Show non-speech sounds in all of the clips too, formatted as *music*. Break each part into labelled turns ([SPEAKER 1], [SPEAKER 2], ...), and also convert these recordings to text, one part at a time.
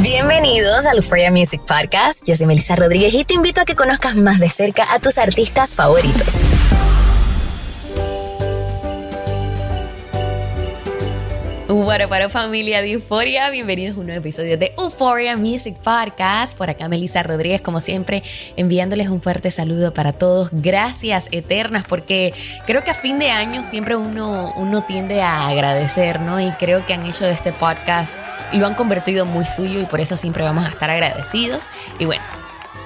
[SPEAKER 1] Bienvenidos al Euphoria Music Podcast. Yo soy Melissa Rodríguez y te invito a que conozcas más de cerca a tus artistas favoritos. Bueno, bueno, familia de Euforia, bienvenidos a un nuevo episodio de Euphoria Music Podcast. Por acá Melissa Rodríguez, como siempre, enviándoles un fuerte saludo para todos. Gracias eternas, porque creo que a fin de año siempre uno, uno tiende a agradecer, ¿no? Y creo que han hecho de este podcast, lo han convertido muy suyo y por eso siempre vamos a estar agradecidos. Y bueno,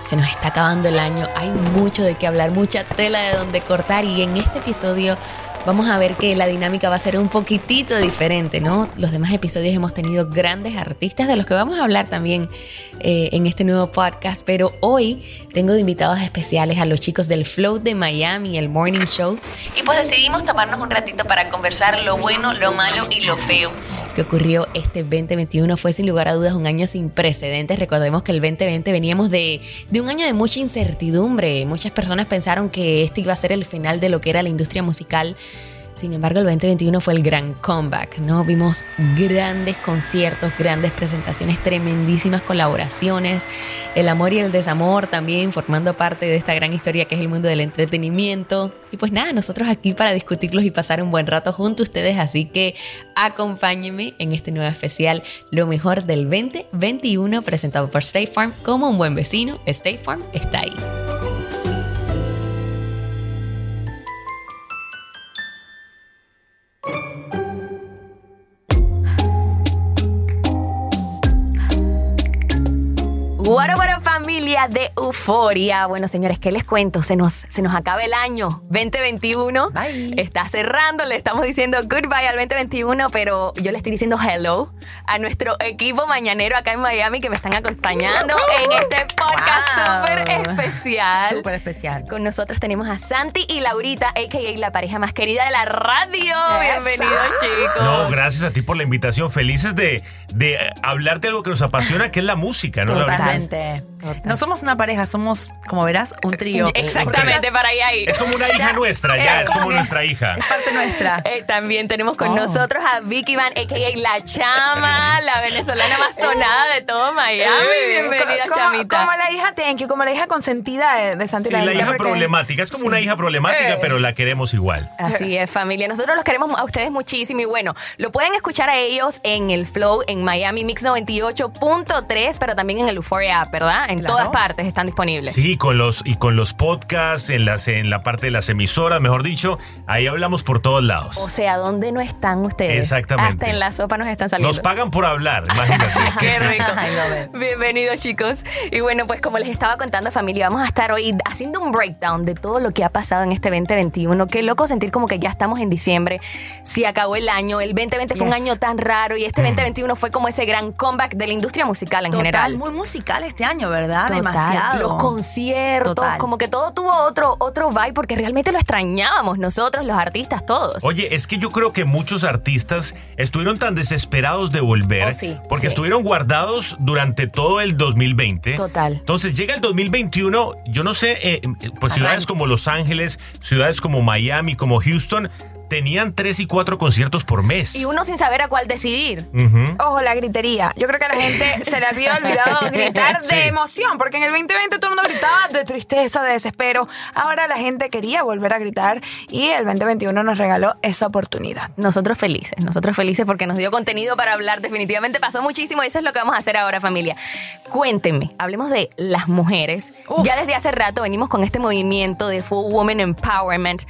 [SPEAKER 1] se nos está acabando el año, hay mucho de qué hablar, mucha tela de donde cortar y en este episodio vamos a ver que la dinámica va a ser un poquitito diferente, ¿no? Los demás episodios hemos tenido grandes artistas de los que vamos a hablar también eh, en este nuevo podcast, pero hoy tengo de invitados especiales a los chicos del Flow de Miami, el Morning Show, y pues decidimos tomarnos un ratito para conversar lo bueno, lo malo y lo feo que ocurrió este 2021 fue sin lugar a dudas un año sin precedentes. Recordemos que el 2020 veníamos de, de un año de mucha incertidumbre. Muchas personas pensaron que este iba a ser el final de lo que era la industria musical. Sin embargo, el 2021 fue el gran comeback, ¿no? Vimos grandes conciertos, grandes presentaciones, tremendísimas colaboraciones, el amor y el desamor también formando parte de esta gran historia que es el mundo del entretenimiento. Y pues nada, nosotros aquí para discutirlos y pasar un buen rato junto a ustedes, así que acompáñenme en este nuevo especial, lo mejor del 2021 presentado por State Farm como un buen vecino. State Farm está ahí. Guaro, guaro, familia de Euforia. Bueno, señores, ¿qué les cuento? Se nos, se nos acaba el año 2021. Está cerrando, le estamos diciendo goodbye al 2021, pero yo le estoy diciendo hello a nuestro equipo mañanero acá en Miami que me están acompañando en este podcast
[SPEAKER 2] Wow.
[SPEAKER 1] súper especial.
[SPEAKER 2] Súper especial.
[SPEAKER 1] Con nosotros tenemos a Santi y Laurita, a.k.a. la pareja más querida de la radio. Bienvenidos, chicos.
[SPEAKER 3] No, gracias a ti por la invitación. Felices de, de eh, hablar de algo que nos apasiona, que es la música, ¿no? Laurita?
[SPEAKER 2] Totalmente.
[SPEAKER 1] Total.
[SPEAKER 2] No somos una pareja, somos, como verás, un trío.
[SPEAKER 1] Exactamente, para allá ahí.
[SPEAKER 3] Es como una hija nuestra, ya,
[SPEAKER 2] Ya,
[SPEAKER 3] es como
[SPEAKER 2] como que-
[SPEAKER 3] nuestra hija.
[SPEAKER 2] Es parte nuestra.
[SPEAKER 1] Eh, también tenemos con
[SPEAKER 2] Oh.
[SPEAKER 1] nosotros a Vicky Van, a.k.a. La Chama, la venezolana más sonada de todo Miami.
[SPEAKER 3] Eh,
[SPEAKER 1] Bienvenida,
[SPEAKER 4] como,
[SPEAKER 1] Chamita.
[SPEAKER 4] Como la hija thank you, como la hija consentida de, de Santi
[SPEAKER 3] Sí, la
[SPEAKER 4] Laurita,
[SPEAKER 3] hija
[SPEAKER 4] porque-
[SPEAKER 3] problemática, es como una hija problemática,
[SPEAKER 4] Eh.
[SPEAKER 3] pero la queremos igual.
[SPEAKER 1] Así es, familia. Nosotros los queremos a ustedes muchísimo. Y bueno, lo pueden escuchar a ellos en el Flow, en Miami Mix 98.3, pero también en el Euphoria App, ¿verdad? En
[SPEAKER 2] Claro.
[SPEAKER 1] todas partes están disponibles.
[SPEAKER 3] Sí, con los, y con los podcasts, en, las, en la parte de las emisoras, mejor dicho, ahí hablamos por todos lados.
[SPEAKER 1] O sea, ¿dónde no están ustedes?
[SPEAKER 3] Exactamente.
[SPEAKER 1] Hasta en la sopa nos están saliendo.
[SPEAKER 3] nos pagan por hablar, imagínate.
[SPEAKER 1] *laughs* Qué rico.
[SPEAKER 2] *laughs* Ay, lo veo.
[SPEAKER 1] Bienvenidos chicos. Y bueno, pues como les estaba contando familia, vamos a estar hoy haciendo un breakdown de todo lo que ha pasado en este 2021. Qué loco sentir como que ya estamos en diciembre, se acabó el año, el 2020 fue un
[SPEAKER 2] Yes. Mm.
[SPEAKER 1] año tan raro y este 2021 fue como ese gran comeback de la industria musical en
[SPEAKER 2] Total,
[SPEAKER 1] general.
[SPEAKER 2] muy musical este año, ¿verdad?
[SPEAKER 1] Total,
[SPEAKER 2] Demasiado.
[SPEAKER 1] Los conciertos,
[SPEAKER 2] Total.
[SPEAKER 1] como que todo tuvo otro, otro vibe porque realmente lo extrañábamos nosotros, los artistas, todos.
[SPEAKER 3] Oye, es que yo creo que muchos artistas estuvieron tan desesperados de volver
[SPEAKER 2] Oh, sí,
[SPEAKER 3] porque
[SPEAKER 2] sí.
[SPEAKER 3] estuvieron guardados durante todo el 2020.
[SPEAKER 1] Total.
[SPEAKER 3] Entonces llega el 2021, yo no sé, eh, eh, pues ciudades como Los Ángeles, ciudades como Miami, como Houston, tenían tres y cuatro conciertos por mes.
[SPEAKER 1] Y uno sin saber a cuál decidir.
[SPEAKER 3] Ujú.
[SPEAKER 4] Ojo, la gritería. Yo creo que a la gente se le había
[SPEAKER 1] *laughs*
[SPEAKER 4] olvidado gritar de
[SPEAKER 3] Sí.
[SPEAKER 4] emoción, porque en el 2020 todo el mundo gritaba de tristeza, de desespero. Ahora la gente quería volver a gritar y el 2021 nos regaló esa oportunidad.
[SPEAKER 1] Nosotros felices, nosotros felices porque nos dio contenido para hablar. Definitivamente pasó muchísimo y eso es lo que vamos a hacer ahora, familia. Cuéntenme, hablemos de las mujeres. Ya desde hace rato venimos con este movimiento de Full Woman Empowerment.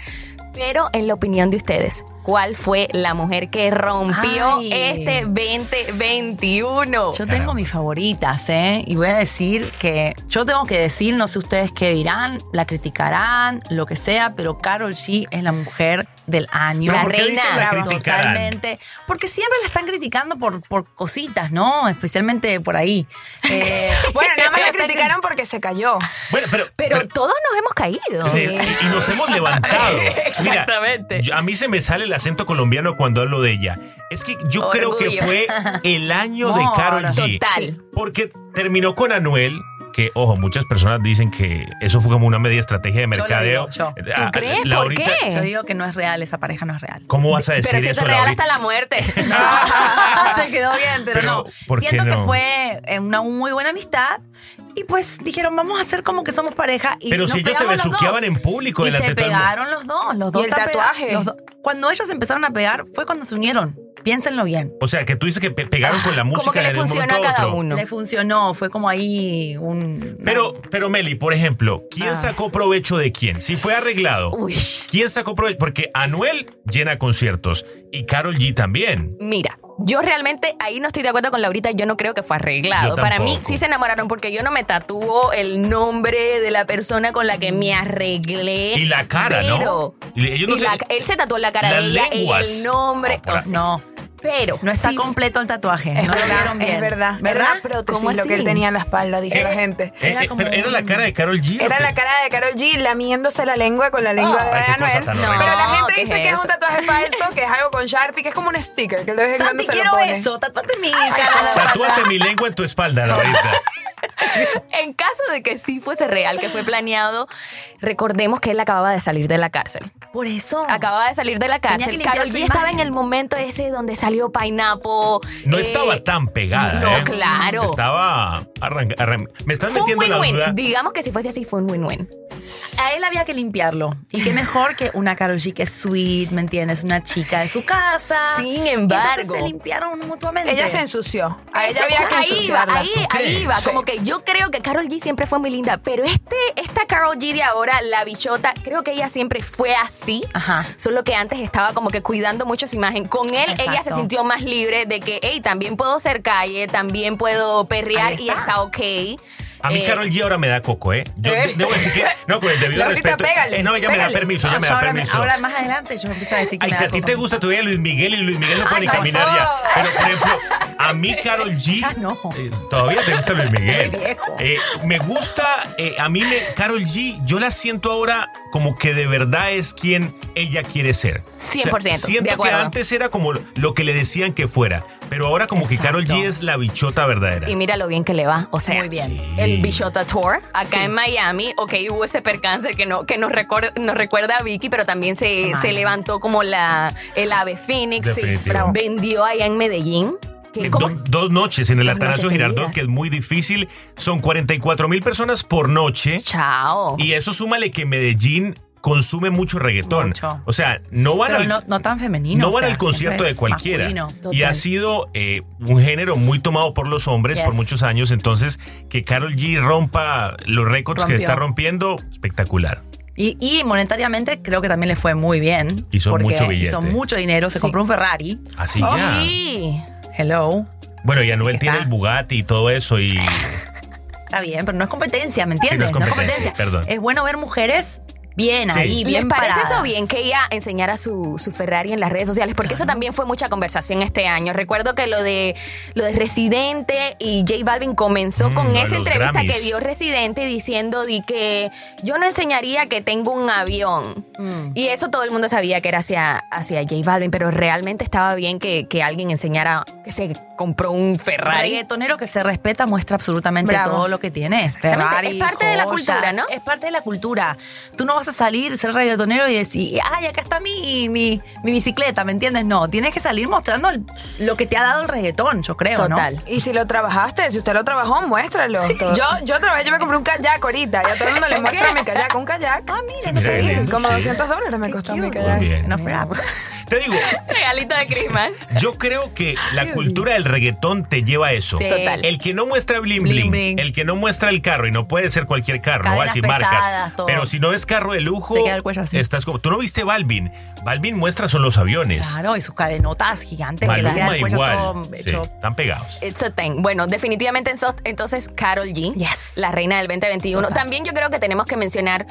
[SPEAKER 1] Pero en la opinión de ustedes, ¿cuál fue la mujer que rompió
[SPEAKER 2] Ay.
[SPEAKER 1] este 2021?
[SPEAKER 2] Yo tengo mis favoritas, ¿eh? Y voy a decir que yo tengo que decir, no sé ustedes qué dirán, la criticarán, lo que sea, pero Carol G es la mujer del año.
[SPEAKER 1] La ¿Pero por qué reina. dicen la
[SPEAKER 3] criticarán?
[SPEAKER 2] Totalmente. Porque siempre la están criticando por, por cositas, ¿no? Especialmente por ahí. Eh,
[SPEAKER 4] *laughs* Bueno, nada
[SPEAKER 2] *laughs*
[SPEAKER 4] más la criticaron porque se cayó.
[SPEAKER 3] Bueno, pero.
[SPEAKER 1] Pero
[SPEAKER 3] pero-
[SPEAKER 1] todos nos hemos caído.
[SPEAKER 3] Sí, y, y nos
[SPEAKER 1] *laughs*
[SPEAKER 3] hemos levantado. Mira,
[SPEAKER 1] Exactamente.
[SPEAKER 3] yo- a mí se me sale el acento colombiano cuando hablo de ella. Es que yo creo que
[SPEAKER 1] Orgullo. *laughs*
[SPEAKER 3] fue el año de
[SPEAKER 2] Amor,
[SPEAKER 3] Carol G.
[SPEAKER 1] Total.
[SPEAKER 3] Porque terminó con Anuel. Que, ojo, muchas personas dicen que eso fue como una media estrategia de
[SPEAKER 2] Yo lo
[SPEAKER 3] mercadeo.
[SPEAKER 2] digo, yo.
[SPEAKER 1] ¿Tú
[SPEAKER 3] Ah,
[SPEAKER 1] crees? ¿Por
[SPEAKER 3] Laurita,
[SPEAKER 1] qué?
[SPEAKER 4] Eh.
[SPEAKER 2] yo digo que no es real, esa pareja no es real.
[SPEAKER 3] ¿Cómo vas a decir
[SPEAKER 1] Pero si eso
[SPEAKER 3] eso, Ah,
[SPEAKER 1] es real
[SPEAKER 3] Laurita?
[SPEAKER 1] hasta la
[SPEAKER 3] *laughs*
[SPEAKER 1] muerte.
[SPEAKER 2] *laughs* Te quedó bien, pero,
[SPEAKER 3] Pero, ¿por
[SPEAKER 2] no.
[SPEAKER 3] qué
[SPEAKER 2] Siento
[SPEAKER 3] no?
[SPEAKER 2] que fue eh, una muy buena amistad. Y pues dijeron, vamos a hacer como que somos pareja. Y
[SPEAKER 3] Pero
[SPEAKER 2] nos
[SPEAKER 3] si ellos se
[SPEAKER 2] pegamos los
[SPEAKER 3] besuqueaban
[SPEAKER 2] dos.
[SPEAKER 3] en público
[SPEAKER 2] Y
[SPEAKER 3] delante
[SPEAKER 2] se
[SPEAKER 3] de todo el mundo.
[SPEAKER 2] pegaron los dos, los dos
[SPEAKER 4] el
[SPEAKER 2] están pegados,
[SPEAKER 4] tatuaje.
[SPEAKER 2] los dos. Cuando ellos empezaron a pegar fue cuando se unieron. Piénsenlo bien.
[SPEAKER 3] O sea, que tú dices que pe- pegaron con la música
[SPEAKER 1] Ah, Como que le
[SPEAKER 3] de un
[SPEAKER 1] funciona a
[SPEAKER 3] momento
[SPEAKER 1] cada
[SPEAKER 3] otro.
[SPEAKER 1] uno.
[SPEAKER 2] Le funcionó, fue como ahí un.
[SPEAKER 3] Pero,
[SPEAKER 1] Ah.
[SPEAKER 3] pero Meli, por ejemplo, ¿quién
[SPEAKER 2] Ah.
[SPEAKER 3] sacó provecho de quién? Si fue arreglado.
[SPEAKER 1] Uy.
[SPEAKER 3] ¿Quién sacó provecho? Porque Anuel llena conciertos y Carol G también.
[SPEAKER 1] Mira, yo realmente ahí no estoy de acuerdo con Laurita, yo no creo que fue arreglado.
[SPEAKER 3] Yo
[SPEAKER 1] Para mí
[SPEAKER 3] tampoco.
[SPEAKER 1] sí se enamoraron porque yo no me tatúo el nombre de la persona con la que me arreglé.
[SPEAKER 3] Y la cara,
[SPEAKER 1] pero-
[SPEAKER 3] ¿no? Y ellos no
[SPEAKER 1] y
[SPEAKER 3] se-
[SPEAKER 1] la- él se tatuó la cara
[SPEAKER 3] Las
[SPEAKER 1] de ella, ella
[SPEAKER 3] lenguas.
[SPEAKER 1] el nombre.
[SPEAKER 3] Ah, por
[SPEAKER 1] o
[SPEAKER 3] ahí.
[SPEAKER 1] sea,
[SPEAKER 2] No,
[SPEAKER 1] pero
[SPEAKER 2] no está
[SPEAKER 1] sí,
[SPEAKER 2] completo el tatuaje.
[SPEAKER 4] Es
[SPEAKER 2] no lo
[SPEAKER 4] verdad,
[SPEAKER 2] vieron bien.
[SPEAKER 4] es verdad.
[SPEAKER 2] ¿Verdad?
[SPEAKER 4] Era Pero
[SPEAKER 1] ¿Cómo
[SPEAKER 4] lo que él
[SPEAKER 1] así?
[SPEAKER 4] tenía en la espalda, dice la gente.
[SPEAKER 3] Eh,
[SPEAKER 2] era
[SPEAKER 3] eh,
[SPEAKER 2] como
[SPEAKER 3] pero era la
[SPEAKER 2] un-
[SPEAKER 3] cara de Carol G.
[SPEAKER 4] Era
[SPEAKER 3] ¿o
[SPEAKER 4] la
[SPEAKER 3] qué?
[SPEAKER 4] cara de Carol G lamiéndose la lengua con la lengua de
[SPEAKER 3] Ay, qué cosa
[SPEAKER 4] Anuel.
[SPEAKER 3] tan
[SPEAKER 1] No.
[SPEAKER 4] Pero la gente
[SPEAKER 1] ¿qué
[SPEAKER 4] dice
[SPEAKER 1] es
[SPEAKER 4] que es
[SPEAKER 1] eso?
[SPEAKER 4] un *laughs* tatuaje falso, que es algo con Sharpie, que es como un sticker, que de vez en cuando
[SPEAKER 2] Santi,
[SPEAKER 4] se lo
[SPEAKER 2] quiero
[SPEAKER 4] pone.
[SPEAKER 2] eso. Tatuate mi cara.
[SPEAKER 3] Tatúate mi lengua en tu
[SPEAKER 4] *laughs*
[SPEAKER 3] espalda, Laurita.
[SPEAKER 1] en caso de que sí fuese real, que fue planeado, recordemos que él acababa de salir de la cárcel.
[SPEAKER 2] Por eso.
[SPEAKER 1] Acababa de salir de la
[SPEAKER 2] Tenía
[SPEAKER 1] cárcel.
[SPEAKER 2] que limpiar
[SPEAKER 1] Carol
[SPEAKER 2] su
[SPEAKER 1] G estaba en
[SPEAKER 2] imagen.
[SPEAKER 1] el momento ese donde salió Pineapple.
[SPEAKER 3] No
[SPEAKER 1] eh,
[SPEAKER 3] estaba tan pegada.
[SPEAKER 1] no,
[SPEAKER 3] ¿eh?
[SPEAKER 1] claro.
[SPEAKER 3] Estaba. arranca- arran- Me estás
[SPEAKER 1] Fue un
[SPEAKER 3] metiendo la duda.
[SPEAKER 1] win-win. Digamos que si fuese así, fue un win-win.
[SPEAKER 2] A él había que limpiarlo. Y qué mejor que una Karol G que es sweet, ¿me entiendes? Una chica de su casa.
[SPEAKER 1] Sin
[SPEAKER 2] Y Entonces
[SPEAKER 1] embargo.
[SPEAKER 2] se limpiaron mutuamente.
[SPEAKER 4] Ella se ensució. A ella había que
[SPEAKER 1] ahí iba,
[SPEAKER 4] ensuciarla.
[SPEAKER 1] ahí, ahí iba. Como que yo creo que Carol G siempre fue muy linda, pero este, esta Carol G de ahora, la bichota, creo que ella siempre fue así.
[SPEAKER 2] Ajá.
[SPEAKER 1] Solo que antes estaba como que cuidando mucho su imagen. Con él, ella se
[SPEAKER 2] Exacto.
[SPEAKER 1] sintió más libre de que, hey, también puedo ser calle, también puedo perrear
[SPEAKER 2] Ahí
[SPEAKER 1] y
[SPEAKER 2] está.
[SPEAKER 1] está ok.
[SPEAKER 3] A mí
[SPEAKER 1] Eh,
[SPEAKER 3] Carol G ahora me da coco, ¿eh? Yo
[SPEAKER 4] ¿Eh?
[SPEAKER 3] debo decir que. No, con el debido
[SPEAKER 4] Laurita,
[SPEAKER 3] respeto.
[SPEAKER 4] pégale,
[SPEAKER 3] Eh, no, ella me da
[SPEAKER 4] pégale.
[SPEAKER 3] permiso, ella
[SPEAKER 2] No,
[SPEAKER 3] me
[SPEAKER 2] yo
[SPEAKER 3] da
[SPEAKER 2] ahora, me-
[SPEAKER 3] permiso.
[SPEAKER 2] ahora más adelante yo empiezo a decir que
[SPEAKER 3] Ay,
[SPEAKER 2] me
[SPEAKER 3] si
[SPEAKER 2] da
[SPEAKER 3] a ti
[SPEAKER 2] coco.
[SPEAKER 3] te gusta todavía Luis Miguel y Luis Miguel no puede ni
[SPEAKER 2] no,
[SPEAKER 3] caminar
[SPEAKER 4] no.
[SPEAKER 3] ya. Pero, por ejemplo, a mí Carol G.
[SPEAKER 2] Ya no.
[SPEAKER 3] eh, todavía te gusta Luis
[SPEAKER 1] *laughs*
[SPEAKER 3] Miguel.
[SPEAKER 2] Muy viejo.
[SPEAKER 3] Eh, me gusta, eh, a mí me, Carol G, yo la siento ahora como que de verdad es quien ella quiere ser.
[SPEAKER 1] 100%, de
[SPEAKER 3] siento que
[SPEAKER 1] acuerdo.
[SPEAKER 3] antes era como lo que le decían que fuera, pero ahora como que Carol G
[SPEAKER 2] Exacto.
[SPEAKER 3] es la bichota verdadera.
[SPEAKER 1] Y mira lo bien que le va. O sea,
[SPEAKER 2] Muy bien. Sí.
[SPEAKER 1] el Bichota Tour acá en Miami. Ok, hubo ese percance que, no, que nos, recor- nos recuerda a Vicky, pero también se, se levantó como la, el ave Phoenix. Sí,
[SPEAKER 3] Definitivo.
[SPEAKER 1] bravo. vendió allá en Medellín. Que
[SPEAKER 3] Eh,
[SPEAKER 1] como-
[SPEAKER 3] do- dos noches en el
[SPEAKER 1] Dos
[SPEAKER 3] Atanasio
[SPEAKER 1] noches
[SPEAKER 3] Girardot,
[SPEAKER 1] seguidas.
[SPEAKER 3] que es muy difícil. Son 44 mil personas por noche.
[SPEAKER 1] Chao.
[SPEAKER 3] Y eso súmale que Medellín consume mucho reggaetón.
[SPEAKER 2] Mucho.
[SPEAKER 3] O sea, no van
[SPEAKER 2] Pero
[SPEAKER 3] al,
[SPEAKER 2] no, no tan femenino.
[SPEAKER 3] no
[SPEAKER 2] o
[SPEAKER 3] van
[SPEAKER 2] sea,
[SPEAKER 3] al concierto
[SPEAKER 2] siempre
[SPEAKER 3] de
[SPEAKER 2] es
[SPEAKER 3] cualquiera.
[SPEAKER 2] masculino.
[SPEAKER 3] Y
[SPEAKER 1] Total.
[SPEAKER 3] ha sido eh, un género muy tomado por los hombres por
[SPEAKER 2] Yes.
[SPEAKER 3] muchos años. Entonces, que Carol G rompa los récords que
[SPEAKER 2] Rompió.
[SPEAKER 3] está rompiendo, espectacular.
[SPEAKER 2] Y, y monetariamente creo que también le fue muy bien.
[SPEAKER 3] Hizo
[SPEAKER 2] porque
[SPEAKER 3] mucho billete.
[SPEAKER 2] Hizo mucho dinero, se compró un Ferrari.
[SPEAKER 3] Así ya.
[SPEAKER 1] Sí.
[SPEAKER 2] Hello.
[SPEAKER 3] Bueno, y Anuel
[SPEAKER 2] que
[SPEAKER 3] tiene
[SPEAKER 2] está.
[SPEAKER 3] el Bugatti y todo eso. Y
[SPEAKER 2] Está bien, pero no es competencia, ¿me entiendes?
[SPEAKER 3] Sí, no es competencia, perdón.
[SPEAKER 2] Es bueno ver mujeres bien
[SPEAKER 3] Sí.
[SPEAKER 2] ahí,
[SPEAKER 1] ¿Les
[SPEAKER 2] bien
[SPEAKER 1] parece
[SPEAKER 2] paradas.
[SPEAKER 1] eso bien que ella enseñara su, su Ferrari en las redes sociales? Porque eso también fue mucha conversación este año. Recuerdo que lo de lo de Residente y J Balvin comenzó
[SPEAKER 3] Mm, lo
[SPEAKER 1] con
[SPEAKER 3] de
[SPEAKER 1] esa
[SPEAKER 3] los
[SPEAKER 1] entrevista
[SPEAKER 3] Grammys.
[SPEAKER 1] que dio Residente diciendo de que yo no enseñaría que tengo un avión.
[SPEAKER 2] Mm.
[SPEAKER 1] Y eso todo el mundo sabía que era hacia, hacia J Balvin, pero realmente estaba bien que, que alguien enseñara que se compró un Ferrari.
[SPEAKER 2] Reggaetonero que se respeta muestra absolutamente
[SPEAKER 4] Bravo.
[SPEAKER 2] todo lo que tiene.
[SPEAKER 1] Exactamente.
[SPEAKER 2] Ferrari,
[SPEAKER 1] Es parte de la
[SPEAKER 2] joyas,
[SPEAKER 1] cultura, ¿no?
[SPEAKER 2] Es parte de la cultura. Tú no vas vas a salir, ser reggaetonero y decir, ay, acá está mi, mi, mi bicicleta, ¿me entiendes? No, tienes que salir mostrando el- lo que te ha dado el reggaetón, yo creo, ¿no?
[SPEAKER 1] Total.
[SPEAKER 4] Y si lo trabajaste, si usted lo trabajó, muéstralo. Yo, yo trabajé, yo me compré un kayak ahorita. Y a todo el mundo le muestro mi kayak, un kayak. Ah, mira,
[SPEAKER 3] no sabía.
[SPEAKER 4] Sí, como
[SPEAKER 3] Sí.
[SPEAKER 4] 200 dólares me costó mi
[SPEAKER 3] Muy
[SPEAKER 4] kayak.
[SPEAKER 3] bien.
[SPEAKER 2] No fue nada.
[SPEAKER 3] Te digo,
[SPEAKER 1] Regalito de Christmas.
[SPEAKER 3] yo creo que la cultura del reggaetón te lleva a eso.
[SPEAKER 2] Sí.
[SPEAKER 1] Total.
[SPEAKER 3] El que no muestra bling
[SPEAKER 2] Bling
[SPEAKER 3] bling,
[SPEAKER 2] bling.
[SPEAKER 3] el que no muestra el carro, y no puede ser cualquier carro, no va a
[SPEAKER 2] Cadenas
[SPEAKER 3] decir marcas.
[SPEAKER 2] pesadas, todo.
[SPEAKER 3] Pero si no es carro de lujo,
[SPEAKER 2] Te queda el cuello así.
[SPEAKER 3] estás como. Tú no viste Balvin. Balvin muestra son los aviones.
[SPEAKER 2] Claro, y sus cadenotas gigantes que le
[SPEAKER 3] Maluma
[SPEAKER 2] dan el cuello
[SPEAKER 3] igual.
[SPEAKER 2] todo
[SPEAKER 3] Sí,
[SPEAKER 2] hecho
[SPEAKER 3] están pegados.
[SPEAKER 1] It's a thing. Bueno, definitivamente enso- entonces Carol G,
[SPEAKER 2] Yes.
[SPEAKER 1] la reina del 2021.
[SPEAKER 2] Total.
[SPEAKER 1] También yo creo que tenemos que mencionar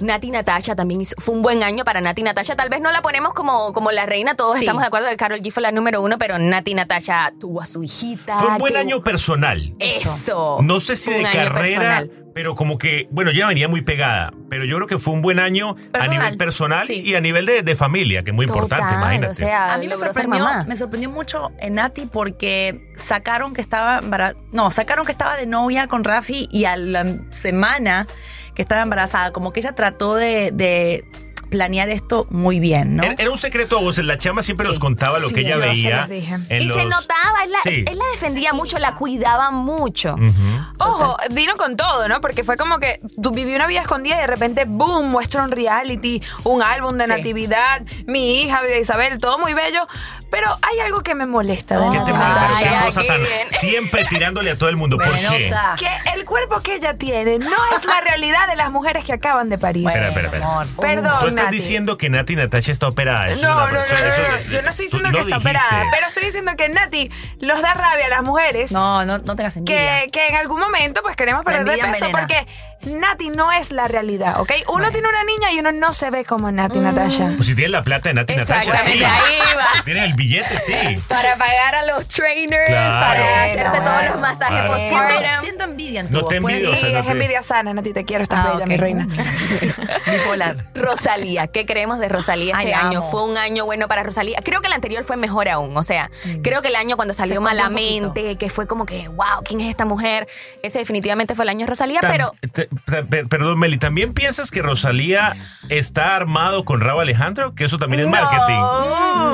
[SPEAKER 1] Nati Natasha también hizo- fue un buen año para Nati Natasha. Tal vez no la ponemos como, como la reina, todos
[SPEAKER 2] Sí.
[SPEAKER 1] estamos de acuerdo que Carol G fue la número uno, pero Nati Natasha tuvo a su hijita.
[SPEAKER 3] Fue un buen
[SPEAKER 1] que-
[SPEAKER 3] año personal.
[SPEAKER 1] Eso.
[SPEAKER 2] Oh,
[SPEAKER 3] No sé si
[SPEAKER 1] Un
[SPEAKER 3] de
[SPEAKER 1] año
[SPEAKER 3] carrera,
[SPEAKER 1] personal.
[SPEAKER 3] pero como que, bueno, ya venía muy pegada, pero yo creo que fue un buen año a
[SPEAKER 2] Personal,
[SPEAKER 3] nivel personal
[SPEAKER 2] sí.
[SPEAKER 3] y a nivel de, de familia, que es muy importante,
[SPEAKER 1] Total,
[SPEAKER 3] imagínate.
[SPEAKER 1] O sea,
[SPEAKER 2] A mí me
[SPEAKER 1] logró ser
[SPEAKER 2] sorprendió,
[SPEAKER 1] mamá.
[SPEAKER 2] me sorprendió mucho en Nati porque sacaron que estaba embara- no, sacaron que estaba de novia con Rafi y a la semana que estaba embarazada, como que ella trató de, de planear esto muy bien, ¿no?
[SPEAKER 3] Era, era un secreto a vos, la chama siempre
[SPEAKER 2] Sí,
[SPEAKER 3] nos contaba lo
[SPEAKER 4] sí,
[SPEAKER 3] que ella
[SPEAKER 4] yo se
[SPEAKER 3] veía.
[SPEAKER 4] los dije.
[SPEAKER 3] en
[SPEAKER 1] y se
[SPEAKER 3] los-
[SPEAKER 1] notaba, él la,
[SPEAKER 3] Sí.
[SPEAKER 1] él la defendía mucho, la cuidaba mucho.
[SPEAKER 3] Ujú.
[SPEAKER 4] Ojo, vino con todo, ¿no? Porque fue como que tú viví una vida escondida y de repente, boom, muestra un reality, un álbum de
[SPEAKER 1] Sí.
[SPEAKER 4] natividad, mi hija, vida Isabel, todo muy bello. Pero hay algo que me molesta de
[SPEAKER 3] ¿Qué
[SPEAKER 4] Nati
[SPEAKER 3] te
[SPEAKER 1] Ay,
[SPEAKER 3] molesta?
[SPEAKER 4] Natasha,
[SPEAKER 3] Pero qué
[SPEAKER 1] ay,
[SPEAKER 3] cosa
[SPEAKER 1] qué
[SPEAKER 3] tan-
[SPEAKER 1] bien.
[SPEAKER 3] Siempre tirándole a todo el mundo. ¿Por qué?
[SPEAKER 2] Venenosa.
[SPEAKER 4] Que el cuerpo que ella tiene no es la realidad de las mujeres que acaban de parir.
[SPEAKER 3] Espera, espera, espera.
[SPEAKER 2] amor.
[SPEAKER 4] Perdón,
[SPEAKER 3] Tú estás
[SPEAKER 4] Nati.
[SPEAKER 3] diciendo que Nati Natasha está operada. eso es
[SPEAKER 4] No,
[SPEAKER 3] una
[SPEAKER 4] no, no, no,
[SPEAKER 3] persona, eso
[SPEAKER 4] no,
[SPEAKER 3] es-
[SPEAKER 4] no. Yo no estoy
[SPEAKER 3] tú
[SPEAKER 4] diciendo que está
[SPEAKER 3] dijiste.
[SPEAKER 4] operada, pero estoy diciendo que Nati los da rabia a las mujeres.
[SPEAKER 2] No, no, no tengas envidia.
[SPEAKER 4] que, que en algún momento pues queremos
[SPEAKER 2] La
[SPEAKER 4] perder de
[SPEAKER 2] envidia
[SPEAKER 4] peso
[SPEAKER 2] envenena.
[SPEAKER 4] porque Nati no es la realidad, ¿ok? Uno tiene una niña y uno no se ve como Nati
[SPEAKER 2] Mm.
[SPEAKER 4] Natasha.
[SPEAKER 3] Pues si tienes la plata de Nati Natasha, sí.
[SPEAKER 1] Exactamente, ahí va.
[SPEAKER 3] Si tienes el billete, sí.
[SPEAKER 1] Para pagar a los trainers,
[SPEAKER 3] Claro.
[SPEAKER 1] para hacerte
[SPEAKER 4] Claro.
[SPEAKER 1] todos los masajes
[SPEAKER 3] Claro.
[SPEAKER 2] Siento,
[SPEAKER 1] postpartum.
[SPEAKER 2] siento envidia en tu
[SPEAKER 3] No
[SPEAKER 2] voz, puede
[SPEAKER 3] te
[SPEAKER 4] Pues Sí,
[SPEAKER 3] envidio, o
[SPEAKER 2] ser.
[SPEAKER 3] sea, no
[SPEAKER 4] es
[SPEAKER 3] te-
[SPEAKER 4] envidia sana, Nati, te quiero, estás
[SPEAKER 2] Ah,
[SPEAKER 4] bella,
[SPEAKER 2] ok.
[SPEAKER 4] mi reina.
[SPEAKER 2] *laughs* Bipolar.
[SPEAKER 1] *laughs* Rosalía, ¿qué creemos de Rosalía este
[SPEAKER 2] Ay, la
[SPEAKER 1] año?
[SPEAKER 2] amo.
[SPEAKER 1] Fue un año bueno para Rosalía. Creo que el anterior fue mejor aún. O sea, creo que el año cuando salió
[SPEAKER 2] Mm. escondió un
[SPEAKER 1] malamente, que fue como que, wow, ¿quién es esta mujer? Ese definitivamente fue el año de Rosalía,
[SPEAKER 3] Tam-
[SPEAKER 1] pero
[SPEAKER 3] te- pe- pe- perdón, Meli, ¿también piensas que Rosalía está armado con Raúl Alejandro? Que eso también es marketing.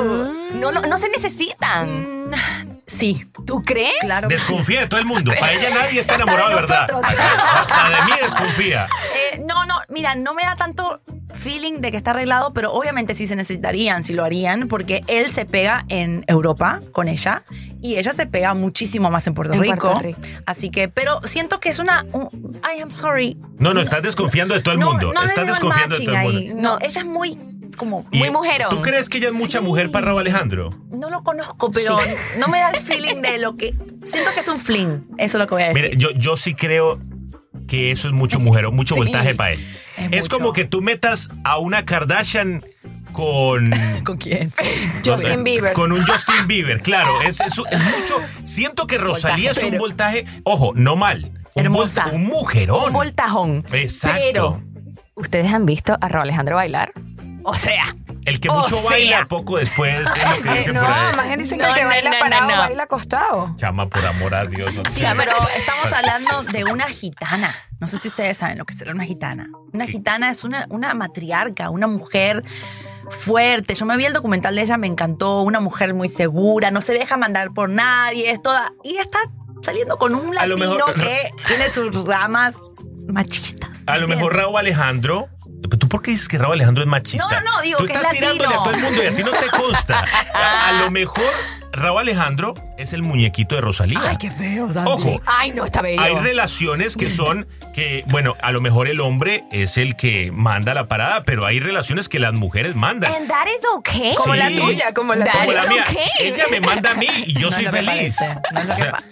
[SPEAKER 1] no, no, no se necesitan.
[SPEAKER 2] Sí.
[SPEAKER 1] ¿Tú crees?
[SPEAKER 2] Mm. Claro.
[SPEAKER 3] *laughs* Desconfía de todo el mundo. Para ella nadie
[SPEAKER 2] *laughs*
[SPEAKER 3] está enamorado de verdad.
[SPEAKER 2] nosotros.
[SPEAKER 3] *laughs* Hasta de mí desconfía.
[SPEAKER 2] Eh, no, no, mira, no me da tanto feeling de que está arreglado, pero obviamente sí se necesitarían, sí lo harían, porque él se pega en Europa con ella y ella se pega muchísimo más en Puerto,
[SPEAKER 1] En
[SPEAKER 2] Rico,
[SPEAKER 1] Puerto Rico.
[SPEAKER 2] Así que, pero siento que es una. un- I am sorry.
[SPEAKER 3] No, no, estás desconfiando de todo el
[SPEAKER 2] no,
[SPEAKER 3] mundo.
[SPEAKER 2] no le veo
[SPEAKER 3] estás
[SPEAKER 2] el
[SPEAKER 3] desconfiando de
[SPEAKER 2] matching
[SPEAKER 3] todo el mundo.
[SPEAKER 2] ahí. No,
[SPEAKER 1] No.
[SPEAKER 2] ella es muy. Como,
[SPEAKER 3] Y-
[SPEAKER 1] Muy mujerón.
[SPEAKER 3] ¿Tú crees que ella es mucha
[SPEAKER 2] Sí.
[SPEAKER 3] mujer para Raúl Alejandro?
[SPEAKER 2] no lo conozco, pero no me da el feeling de lo que. Siento que es un fling. Eso es lo que voy a decir.
[SPEAKER 3] Mire, yo, yo sí creo que eso es mucho mujer, mucho
[SPEAKER 2] Sí.
[SPEAKER 3] voltaje para él.
[SPEAKER 2] Es
[SPEAKER 3] Es,
[SPEAKER 2] mucho.
[SPEAKER 3] como que tú metas a una Kardashian
[SPEAKER 2] *laughs*
[SPEAKER 3] con
[SPEAKER 2] ¿Con quién?
[SPEAKER 4] Justin Bieber.
[SPEAKER 3] Con un Justin Bieber, claro. Es, es- es mucho. Siento que Rosalía es un
[SPEAKER 2] pero-
[SPEAKER 3] voltaje. Ojo, no mal. Un,
[SPEAKER 2] Hermosa.
[SPEAKER 3] volta- un mujerón.
[SPEAKER 1] Un voltajón.
[SPEAKER 3] Exacto.
[SPEAKER 1] Pero, ¿ustedes han visto a Raúl Alejandro bailar? O sea,
[SPEAKER 3] el que
[SPEAKER 1] o
[SPEAKER 3] mucho
[SPEAKER 2] Oh,
[SPEAKER 3] baila,
[SPEAKER 1] sea.
[SPEAKER 3] poco después es lo que
[SPEAKER 4] Eh,
[SPEAKER 3] dicen
[SPEAKER 4] no,
[SPEAKER 3] por ahí.
[SPEAKER 4] más bien dicen que
[SPEAKER 1] No,
[SPEAKER 4] el que
[SPEAKER 1] no,
[SPEAKER 4] baila
[SPEAKER 1] no, no,
[SPEAKER 4] parado,
[SPEAKER 1] no.
[SPEAKER 4] baila acostado.
[SPEAKER 3] Chama, por amor a Dios. no
[SPEAKER 2] Sí,
[SPEAKER 3] sé.
[SPEAKER 2] pero estamos hablando de una gitana. No sé si ustedes saben lo que será una gitana. Una gitana es una, una matriarca, una mujer fuerte. Yo me vi el documental de ella, me encantó. Una mujer muy segura, no se deja mandar por nadie, es toda. Y está saliendo con un
[SPEAKER 3] A lo
[SPEAKER 2] latino
[SPEAKER 3] mejor- *laughs*
[SPEAKER 2] que tiene sus ramas machistas.
[SPEAKER 3] A lo mejor Raúl Alejandro. ¿Tú por qué dices que Raúl Alejandro es machista?
[SPEAKER 2] No, no, no, digo
[SPEAKER 3] Tú
[SPEAKER 2] que es
[SPEAKER 3] estás tirándole a
[SPEAKER 2] latino.
[SPEAKER 3] todo el mundo y a ti no te consta. A, a lo mejor Raúl Alejandro es el muñequito de Rosalía.
[SPEAKER 2] Ay, qué feo, Santi.
[SPEAKER 3] Ojo,
[SPEAKER 1] ay, no, está bello.
[SPEAKER 3] Hay relaciones que son que, bueno, a lo mejor el hombre es el que manda la parada, pero hay relaciones que las mujeres mandan.
[SPEAKER 1] And that is okay.
[SPEAKER 4] Como la
[SPEAKER 3] Sí.
[SPEAKER 4] tuya, como la
[SPEAKER 1] Dale.
[SPEAKER 3] Como
[SPEAKER 4] tuya.
[SPEAKER 3] la mía.
[SPEAKER 1] ok.
[SPEAKER 3] Ella me manda a mí y yo
[SPEAKER 2] No
[SPEAKER 3] soy
[SPEAKER 2] es lo que
[SPEAKER 3] feliz.
[SPEAKER 2] parece, no es lo
[SPEAKER 3] O
[SPEAKER 2] que
[SPEAKER 3] sea,
[SPEAKER 2] pa-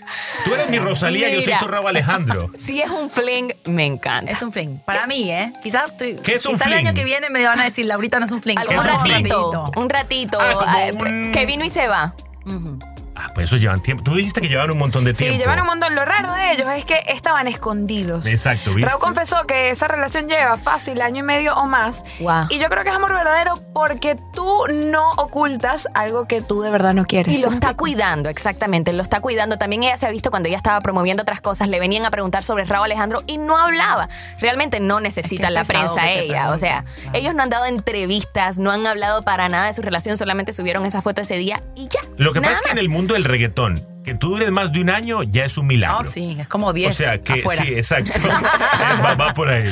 [SPEAKER 3] tú eres mi Rosalía, yo soy
[SPEAKER 1] Mira.
[SPEAKER 3] tu Raúl Alejandro.
[SPEAKER 1] Si es un fling, me encanta.
[SPEAKER 2] Es un fling. Para mí, ¿eh? Quizás estoy.
[SPEAKER 3] ¿Qué es un
[SPEAKER 2] quizá el
[SPEAKER 3] fling?
[SPEAKER 2] año que viene me van a decir, Laurita no es un fling.
[SPEAKER 1] Algún
[SPEAKER 3] Es un
[SPEAKER 2] Vamos
[SPEAKER 1] ratito,
[SPEAKER 2] rapidito.
[SPEAKER 1] un ratito,
[SPEAKER 3] Ah, como
[SPEAKER 1] ah,
[SPEAKER 3] un-
[SPEAKER 1] que vino y se va.
[SPEAKER 2] Ujú.
[SPEAKER 3] Ah, Pues eso llevan tiempo. Tú dijiste que llevan un montón de
[SPEAKER 4] Sí,
[SPEAKER 3] tiempo.
[SPEAKER 4] llevan un montón. Lo raro de ellos es que estaban escondidos.
[SPEAKER 3] Exacto, ¿viste?
[SPEAKER 4] Raúl confesó que esa relación lleva fácil año y medio o más.
[SPEAKER 1] Guau.
[SPEAKER 4] Y yo creo que es amor verdadero porque tú no ocultas algo que tú de verdad no quieres.
[SPEAKER 1] Y lo está cuidando, exactamente, lo está cuidando. También ella se ha visto cuando ella estaba promoviendo otras cosas, le venían a preguntar sobre Raúl Alejandro y no hablaba. Realmente no necesita
[SPEAKER 2] Es que
[SPEAKER 1] la
[SPEAKER 2] es pesado
[SPEAKER 1] prensa
[SPEAKER 2] que te
[SPEAKER 1] ella. O sea,
[SPEAKER 2] pregunten, claro.
[SPEAKER 1] ellos no han dado entrevistas, no han hablado para nada de su relación, solamente subieron esa foto ese día y ya.
[SPEAKER 3] Lo que
[SPEAKER 1] nada
[SPEAKER 3] pasa es que en
[SPEAKER 1] más.
[SPEAKER 3] el mundo del reggaetón, que tú dures más de un año ya es un milagro.
[SPEAKER 2] No, Oh, sí, es como
[SPEAKER 3] O
[SPEAKER 2] 10
[SPEAKER 3] sea, que
[SPEAKER 2] afuera.
[SPEAKER 3] sí, exacto. *laughs* va, va por ahí.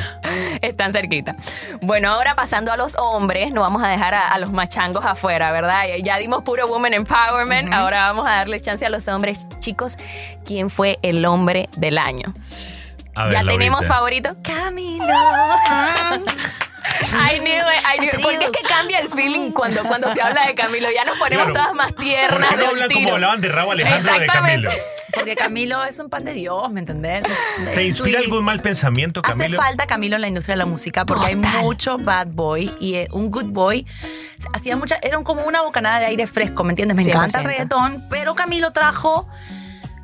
[SPEAKER 1] Están cerquita. Bueno, ahora pasando a los hombres, no vamos a dejar a, a los machangos afuera, ¿verdad? Ya- Ya dimos puro woman empowerment, ahora vamos a darle chance a los hombres. Chicos, ¿quién fue el hombre del año?
[SPEAKER 3] A ver,
[SPEAKER 1] ¿Ya tenemos
[SPEAKER 3] Laurita.
[SPEAKER 1] favorito?
[SPEAKER 3] *laughs*
[SPEAKER 2] Camilo.
[SPEAKER 1] I knew it, I knew it. Porque es que cambia el feeling cuando, cuando se habla de Camilo. Ya nos ponemos
[SPEAKER 3] Claro.
[SPEAKER 1] todas más
[SPEAKER 3] ¿Por
[SPEAKER 1] tiernas.
[SPEAKER 3] qué no
[SPEAKER 1] del
[SPEAKER 3] hablan
[SPEAKER 1] tiro.
[SPEAKER 3] como hablaban de Raúl Alejandro de
[SPEAKER 1] Exactamente.
[SPEAKER 3] Camilo?
[SPEAKER 2] Porque Camilo es un pan de Dios, ¿me entendés? Es-
[SPEAKER 3] ¿Te
[SPEAKER 2] es
[SPEAKER 3] inspira
[SPEAKER 2] sweet.
[SPEAKER 3] algún mal pensamiento,
[SPEAKER 2] Hace
[SPEAKER 3] Camilo?
[SPEAKER 2] falta Camilo en la industria de la música porque
[SPEAKER 1] Total.
[SPEAKER 2] hay mucho bad boy y eh, un good boy hacía mucha, era como una bocanada de aire fresco, ¿me entiendes? Me encanta el
[SPEAKER 1] 100%.
[SPEAKER 2] reggaetón, pero Camilo trajo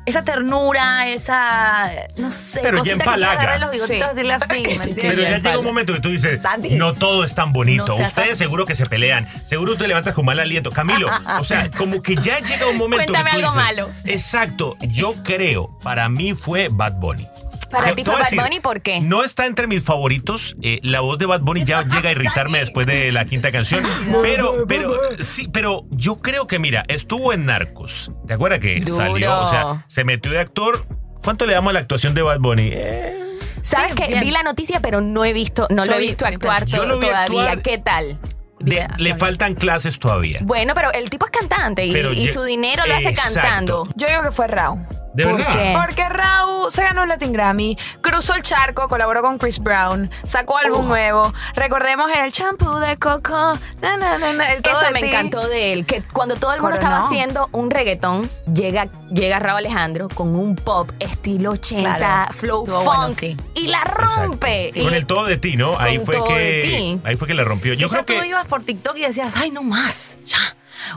[SPEAKER 2] esa ternura, esa no sé,
[SPEAKER 3] Pero ya
[SPEAKER 2] cosita que
[SPEAKER 3] empalaga.
[SPEAKER 2] quiere agarrar los bigotitos y decirle así, ¿me entiendes?
[SPEAKER 3] Pero ya llega un momento que tú dices,
[SPEAKER 2] Santi.
[SPEAKER 3] no todo es tan bonito.
[SPEAKER 2] No seas
[SPEAKER 3] Ustedes
[SPEAKER 2] así.
[SPEAKER 3] seguro que se pelean. Seguro tú te levantas con mal aliento. Camilo, o sea, como que ya llega un momento
[SPEAKER 1] Cuéntame
[SPEAKER 3] que tú
[SPEAKER 1] algo
[SPEAKER 3] dices,
[SPEAKER 1] malo.
[SPEAKER 3] Exacto. Yo creo, para mí fue Bad Bunny.
[SPEAKER 1] Para
[SPEAKER 3] Yo
[SPEAKER 1] ti
[SPEAKER 3] te
[SPEAKER 1] fue
[SPEAKER 3] voy a
[SPEAKER 1] Bad Bunny, ¿por qué?
[SPEAKER 3] No está entre mis favoritos. eh, la voz de Bad Bunny ya llega a irritarme después de la quinta canción. Pero, pero, sí, pero yo creo que, mira, estuvo en Narcos. ¿Te acuerdas que
[SPEAKER 1] Duro.
[SPEAKER 3] salió? O sea, se metió de actor. ¿Cuánto le damos a la actuación de Bad Bunny? Eh,
[SPEAKER 1] Sabes
[SPEAKER 2] Sí,
[SPEAKER 1] que
[SPEAKER 2] bien.
[SPEAKER 1] vi la noticia, pero no he visto, no
[SPEAKER 2] Yo
[SPEAKER 1] lo he
[SPEAKER 2] vi-
[SPEAKER 1] visto
[SPEAKER 2] vi-
[SPEAKER 1] actuar
[SPEAKER 3] yo
[SPEAKER 1] to-
[SPEAKER 3] lo vi
[SPEAKER 1] todavía.
[SPEAKER 3] actuar.
[SPEAKER 1] ¿Qué tal?
[SPEAKER 3] de-
[SPEAKER 2] Bien,
[SPEAKER 3] le
[SPEAKER 2] Antonio.
[SPEAKER 3] faltan clases todavía.
[SPEAKER 1] Bueno, pero el tipo es cantante y,
[SPEAKER 3] Pero
[SPEAKER 1] y
[SPEAKER 3] ye-
[SPEAKER 1] su dinero lo hace
[SPEAKER 3] Exacto. Ah,
[SPEAKER 1] cantando.
[SPEAKER 4] Yo digo que fue Raúl.
[SPEAKER 3] ¿De
[SPEAKER 1] ¿Por
[SPEAKER 3] verdad?
[SPEAKER 1] qué?
[SPEAKER 4] Porque Raúl se ganó un Latin Grammy, cruzó el charco, colaboró con Chris Brown, sacó álbum nuevo. Recordemos el champú de coco. na, na, na, na, el todo
[SPEAKER 1] Eso
[SPEAKER 4] de
[SPEAKER 1] me
[SPEAKER 4] ti.
[SPEAKER 1] encantó de él, que cuando todo el mundo
[SPEAKER 4] Coronó.
[SPEAKER 1] estaba haciendo un reggaetón, llega, llega Raúl Alejandro con un pop estilo 80,
[SPEAKER 2] Claro.
[SPEAKER 1] flow
[SPEAKER 2] Estuvo
[SPEAKER 1] funk,
[SPEAKER 2] bueno, sí.
[SPEAKER 1] y la
[SPEAKER 3] Exacto.
[SPEAKER 1] rompe.
[SPEAKER 3] Con
[SPEAKER 1] Y-
[SPEAKER 3] el todo de ti, ¿no? Ahí
[SPEAKER 1] Con
[SPEAKER 3] fue
[SPEAKER 1] todo de
[SPEAKER 3] que
[SPEAKER 1] ti.
[SPEAKER 3] ahí fue que le rompió. Yo
[SPEAKER 2] Yo
[SPEAKER 3] creo
[SPEAKER 2] tú
[SPEAKER 3] que
[SPEAKER 2] ibas por TikTok y decías, ay, no más, ya.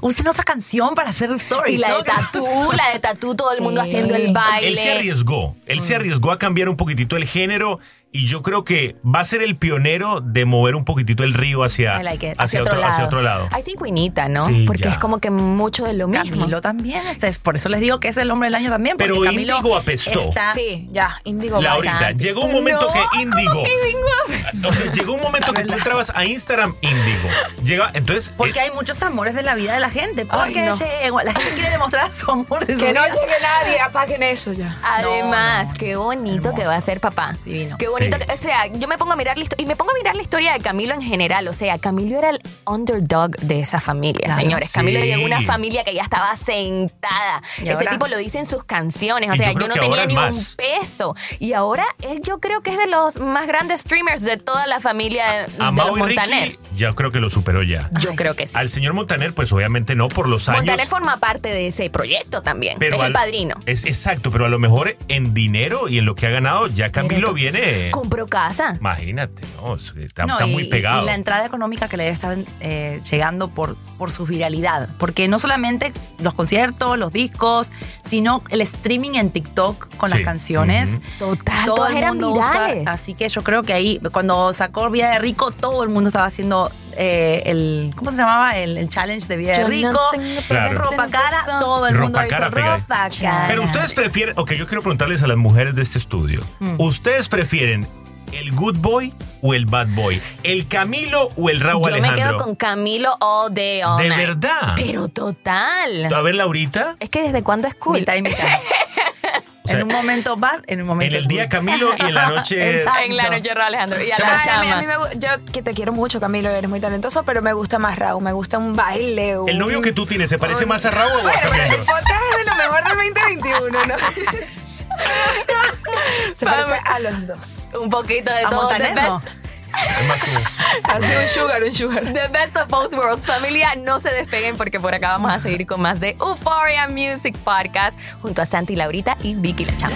[SPEAKER 2] Usen otra canción para hacer stories.
[SPEAKER 1] Y la
[SPEAKER 2] ¿no? *laughs*
[SPEAKER 1] de
[SPEAKER 3] *laughs*
[SPEAKER 1] tatú, la de tatú, todo el mundo
[SPEAKER 4] Sí.
[SPEAKER 1] haciendo el baile.
[SPEAKER 3] él se arriesgó, él se arriesgó a cambiar un poquitito el género y yo creo que va a ser el pionero de mover un poquitito el río hacia
[SPEAKER 2] I like it.
[SPEAKER 3] hacia, otro, hacia otro lado.
[SPEAKER 1] I think we need that, ¿no?
[SPEAKER 3] Sí,
[SPEAKER 1] Porque
[SPEAKER 3] ya.
[SPEAKER 1] es como que mucho de lo mismo.
[SPEAKER 2] Camilo también, este es- por eso les digo que es el hombre del año también.
[SPEAKER 3] Pero
[SPEAKER 2] porque Camilo
[SPEAKER 3] Índigo apestó.
[SPEAKER 1] Ah.
[SPEAKER 2] está-
[SPEAKER 4] Sí, ya, Indigo
[SPEAKER 3] Laurita,
[SPEAKER 2] bastante.
[SPEAKER 3] llegó un momento
[SPEAKER 2] No,
[SPEAKER 3] que
[SPEAKER 2] ¿cómo
[SPEAKER 3] Índigo. O sea, llegó un momento que tú entrabas a Instagram Índigo. Llega, entonces
[SPEAKER 2] Porque
[SPEAKER 3] eh,
[SPEAKER 2] hay muchos amores de la vida de la gente. Porque
[SPEAKER 4] Ay, no.
[SPEAKER 2] llegó- la gente quiere demostrar su amor de su
[SPEAKER 4] Que no
[SPEAKER 2] vida.
[SPEAKER 4] llegue nadie, apaguen eso ya.
[SPEAKER 1] Además,
[SPEAKER 2] No, no.
[SPEAKER 1] qué bonito que va a ser papá.
[SPEAKER 2] Divino.
[SPEAKER 1] Qué bonito.
[SPEAKER 3] Sí.
[SPEAKER 1] que- o sea, yo me pongo a mirar la historia y me pongo a mirar la historia de Camilo en general. O sea, Camilo era el underdog de esa familia,
[SPEAKER 2] Claro.
[SPEAKER 1] señores. Camilo
[SPEAKER 3] Sí.
[SPEAKER 1] llegó a una familia que ya estaba sentada.
[SPEAKER 2] Y
[SPEAKER 1] Ese
[SPEAKER 2] ahora-
[SPEAKER 1] tipo lo dice en sus canciones. O
[SPEAKER 3] Y
[SPEAKER 1] sea,
[SPEAKER 3] yo
[SPEAKER 1] yo,
[SPEAKER 3] creo
[SPEAKER 1] no
[SPEAKER 3] que ahora
[SPEAKER 1] tenía
[SPEAKER 3] es
[SPEAKER 1] ni
[SPEAKER 3] más.
[SPEAKER 1] un peso. Y ahora él yo creo que es de los más grandes streamers de toda la familia de,
[SPEAKER 3] a
[SPEAKER 1] de los
[SPEAKER 3] Mau y Ricky,
[SPEAKER 1] Montaner.
[SPEAKER 3] yo creo que lo superó ya.
[SPEAKER 1] Yo
[SPEAKER 2] Ay,
[SPEAKER 1] creo
[SPEAKER 2] sí.
[SPEAKER 1] que sí.
[SPEAKER 3] Al señor Montaner, pues obviamente no por los años.
[SPEAKER 1] Montaner forma parte de ese proyecto también.
[SPEAKER 3] Pero
[SPEAKER 1] es
[SPEAKER 3] al-
[SPEAKER 1] el padrino.
[SPEAKER 3] Es exacto, pero a lo mejor en dinero y en lo que ha ganado, ya
[SPEAKER 1] Pero
[SPEAKER 3] Camilo
[SPEAKER 1] tú-
[SPEAKER 3] viene.
[SPEAKER 1] Compró casa.
[SPEAKER 3] Imagínate, ¿no? Es- Está,
[SPEAKER 2] No,
[SPEAKER 3] está
[SPEAKER 2] y-
[SPEAKER 3] muy
[SPEAKER 2] y-
[SPEAKER 3] pegado.
[SPEAKER 2] Y la entrada económica que le debe estar eh, llegando por, por su viralidad. Porque no solamente los conciertos, los discos, sino el streaming en TikTok con
[SPEAKER 3] Sí.
[SPEAKER 2] las canciones.
[SPEAKER 1] Total,
[SPEAKER 2] Todo
[SPEAKER 1] todas
[SPEAKER 2] el
[SPEAKER 1] eran
[SPEAKER 2] mundo usa,
[SPEAKER 1] virales.
[SPEAKER 2] así que yo creo que ahí, cuando sacó Vida de Rico, todo el mundo estaba haciendo eh, el, ¿cómo se llamaba? El, el challenge de Vida de Rico.
[SPEAKER 3] Claro.
[SPEAKER 2] Ropa cara, todo el
[SPEAKER 3] Ropa
[SPEAKER 2] mundo hizo
[SPEAKER 3] cara pegada.
[SPEAKER 2] ropa cara.
[SPEAKER 3] Pero ustedes prefieren. Ok, yo quiero preguntarles a las mujeres de este estudio.
[SPEAKER 1] Mm.
[SPEAKER 3] ¿Ustedes prefieren el good boy o el bad boy? ¿El Camilo o el Raúl
[SPEAKER 1] Yo me
[SPEAKER 3] Alejandro?
[SPEAKER 1] quedo con Camilo all day, all
[SPEAKER 3] De
[SPEAKER 1] night.
[SPEAKER 3] verdad.
[SPEAKER 1] Pero total.
[SPEAKER 3] A ver, Laurita.
[SPEAKER 1] Es que desde cuándo es cool.
[SPEAKER 2] Mitad y
[SPEAKER 1] *laughs*
[SPEAKER 2] mitad.
[SPEAKER 3] *laughs* O sea,
[SPEAKER 2] en un momento bad, en un
[SPEAKER 3] En
[SPEAKER 2] momento
[SPEAKER 3] el día
[SPEAKER 2] cool.
[SPEAKER 3] Camilo y en la noche.
[SPEAKER 2] *laughs* Exacto.
[SPEAKER 1] En la noche, Raúl Alejandro. Y a
[SPEAKER 4] Ay,
[SPEAKER 1] la
[SPEAKER 4] a mí-
[SPEAKER 1] chama.
[SPEAKER 4] a mí me gu- yo que te quiero mucho, Camilo, eres muy talentoso, pero me gusta más Raúl, me gusta un baile.
[SPEAKER 3] El
[SPEAKER 4] un-
[SPEAKER 3] novio que tú tienes, ¿se parece
[SPEAKER 4] un-
[SPEAKER 3] más
[SPEAKER 1] *laughs*
[SPEAKER 3] a Raúl o a
[SPEAKER 4] Bueno, pero el
[SPEAKER 3] Camilo?
[SPEAKER 4] podcast es de lo mejor del 2021, ¿no? Se
[SPEAKER 1] Pam.
[SPEAKER 4] parece a los dos.
[SPEAKER 1] Un poquito de
[SPEAKER 2] A
[SPEAKER 1] todo. The
[SPEAKER 2] Montaner, no. *laughs*
[SPEAKER 1] best,
[SPEAKER 3] Es más como-
[SPEAKER 4] Así un sugar, un sugar.
[SPEAKER 1] the best of both worlds. Familia, no se despeguen porque por acá vamos a seguir con más de Euphoria Music Podcast junto a Santi Laurita y Vicky La Chama.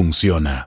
[SPEAKER 5] funciona.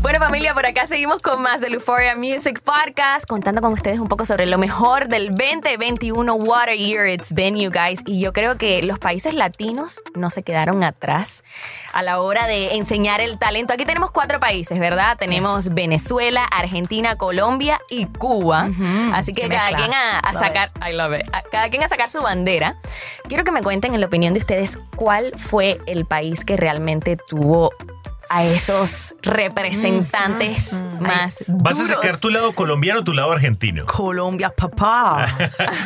[SPEAKER 1] Bueno familia, por acá seguimos con más del Euphoria Music Podcast, contando con ustedes un poco sobre lo mejor del 2021 What a Year It's Been You Guys. Y yo creo que los países latinos no se quedaron atrás a la hora de enseñar el talento. Aquí tenemos cuatro países, ¿verdad? Tenemos Venezuela, Argentina, Colombia y Cuba. Así que
[SPEAKER 6] qué
[SPEAKER 1] cada
[SPEAKER 6] mezcla.
[SPEAKER 1] quien a, a
[SPEAKER 6] Love
[SPEAKER 1] sacar, I love it. A- cada quien a sacar su bandera. Quiero que me cuenten en la opinión de ustedes cuál fue el país que realmente tuvo a esos representantes más
[SPEAKER 3] Vas a
[SPEAKER 1] duros.
[SPEAKER 3] sacar tu lado colombiano o tu lado argentino. *laughs*
[SPEAKER 2] Colombia,
[SPEAKER 1] *laughs*
[SPEAKER 2] papá.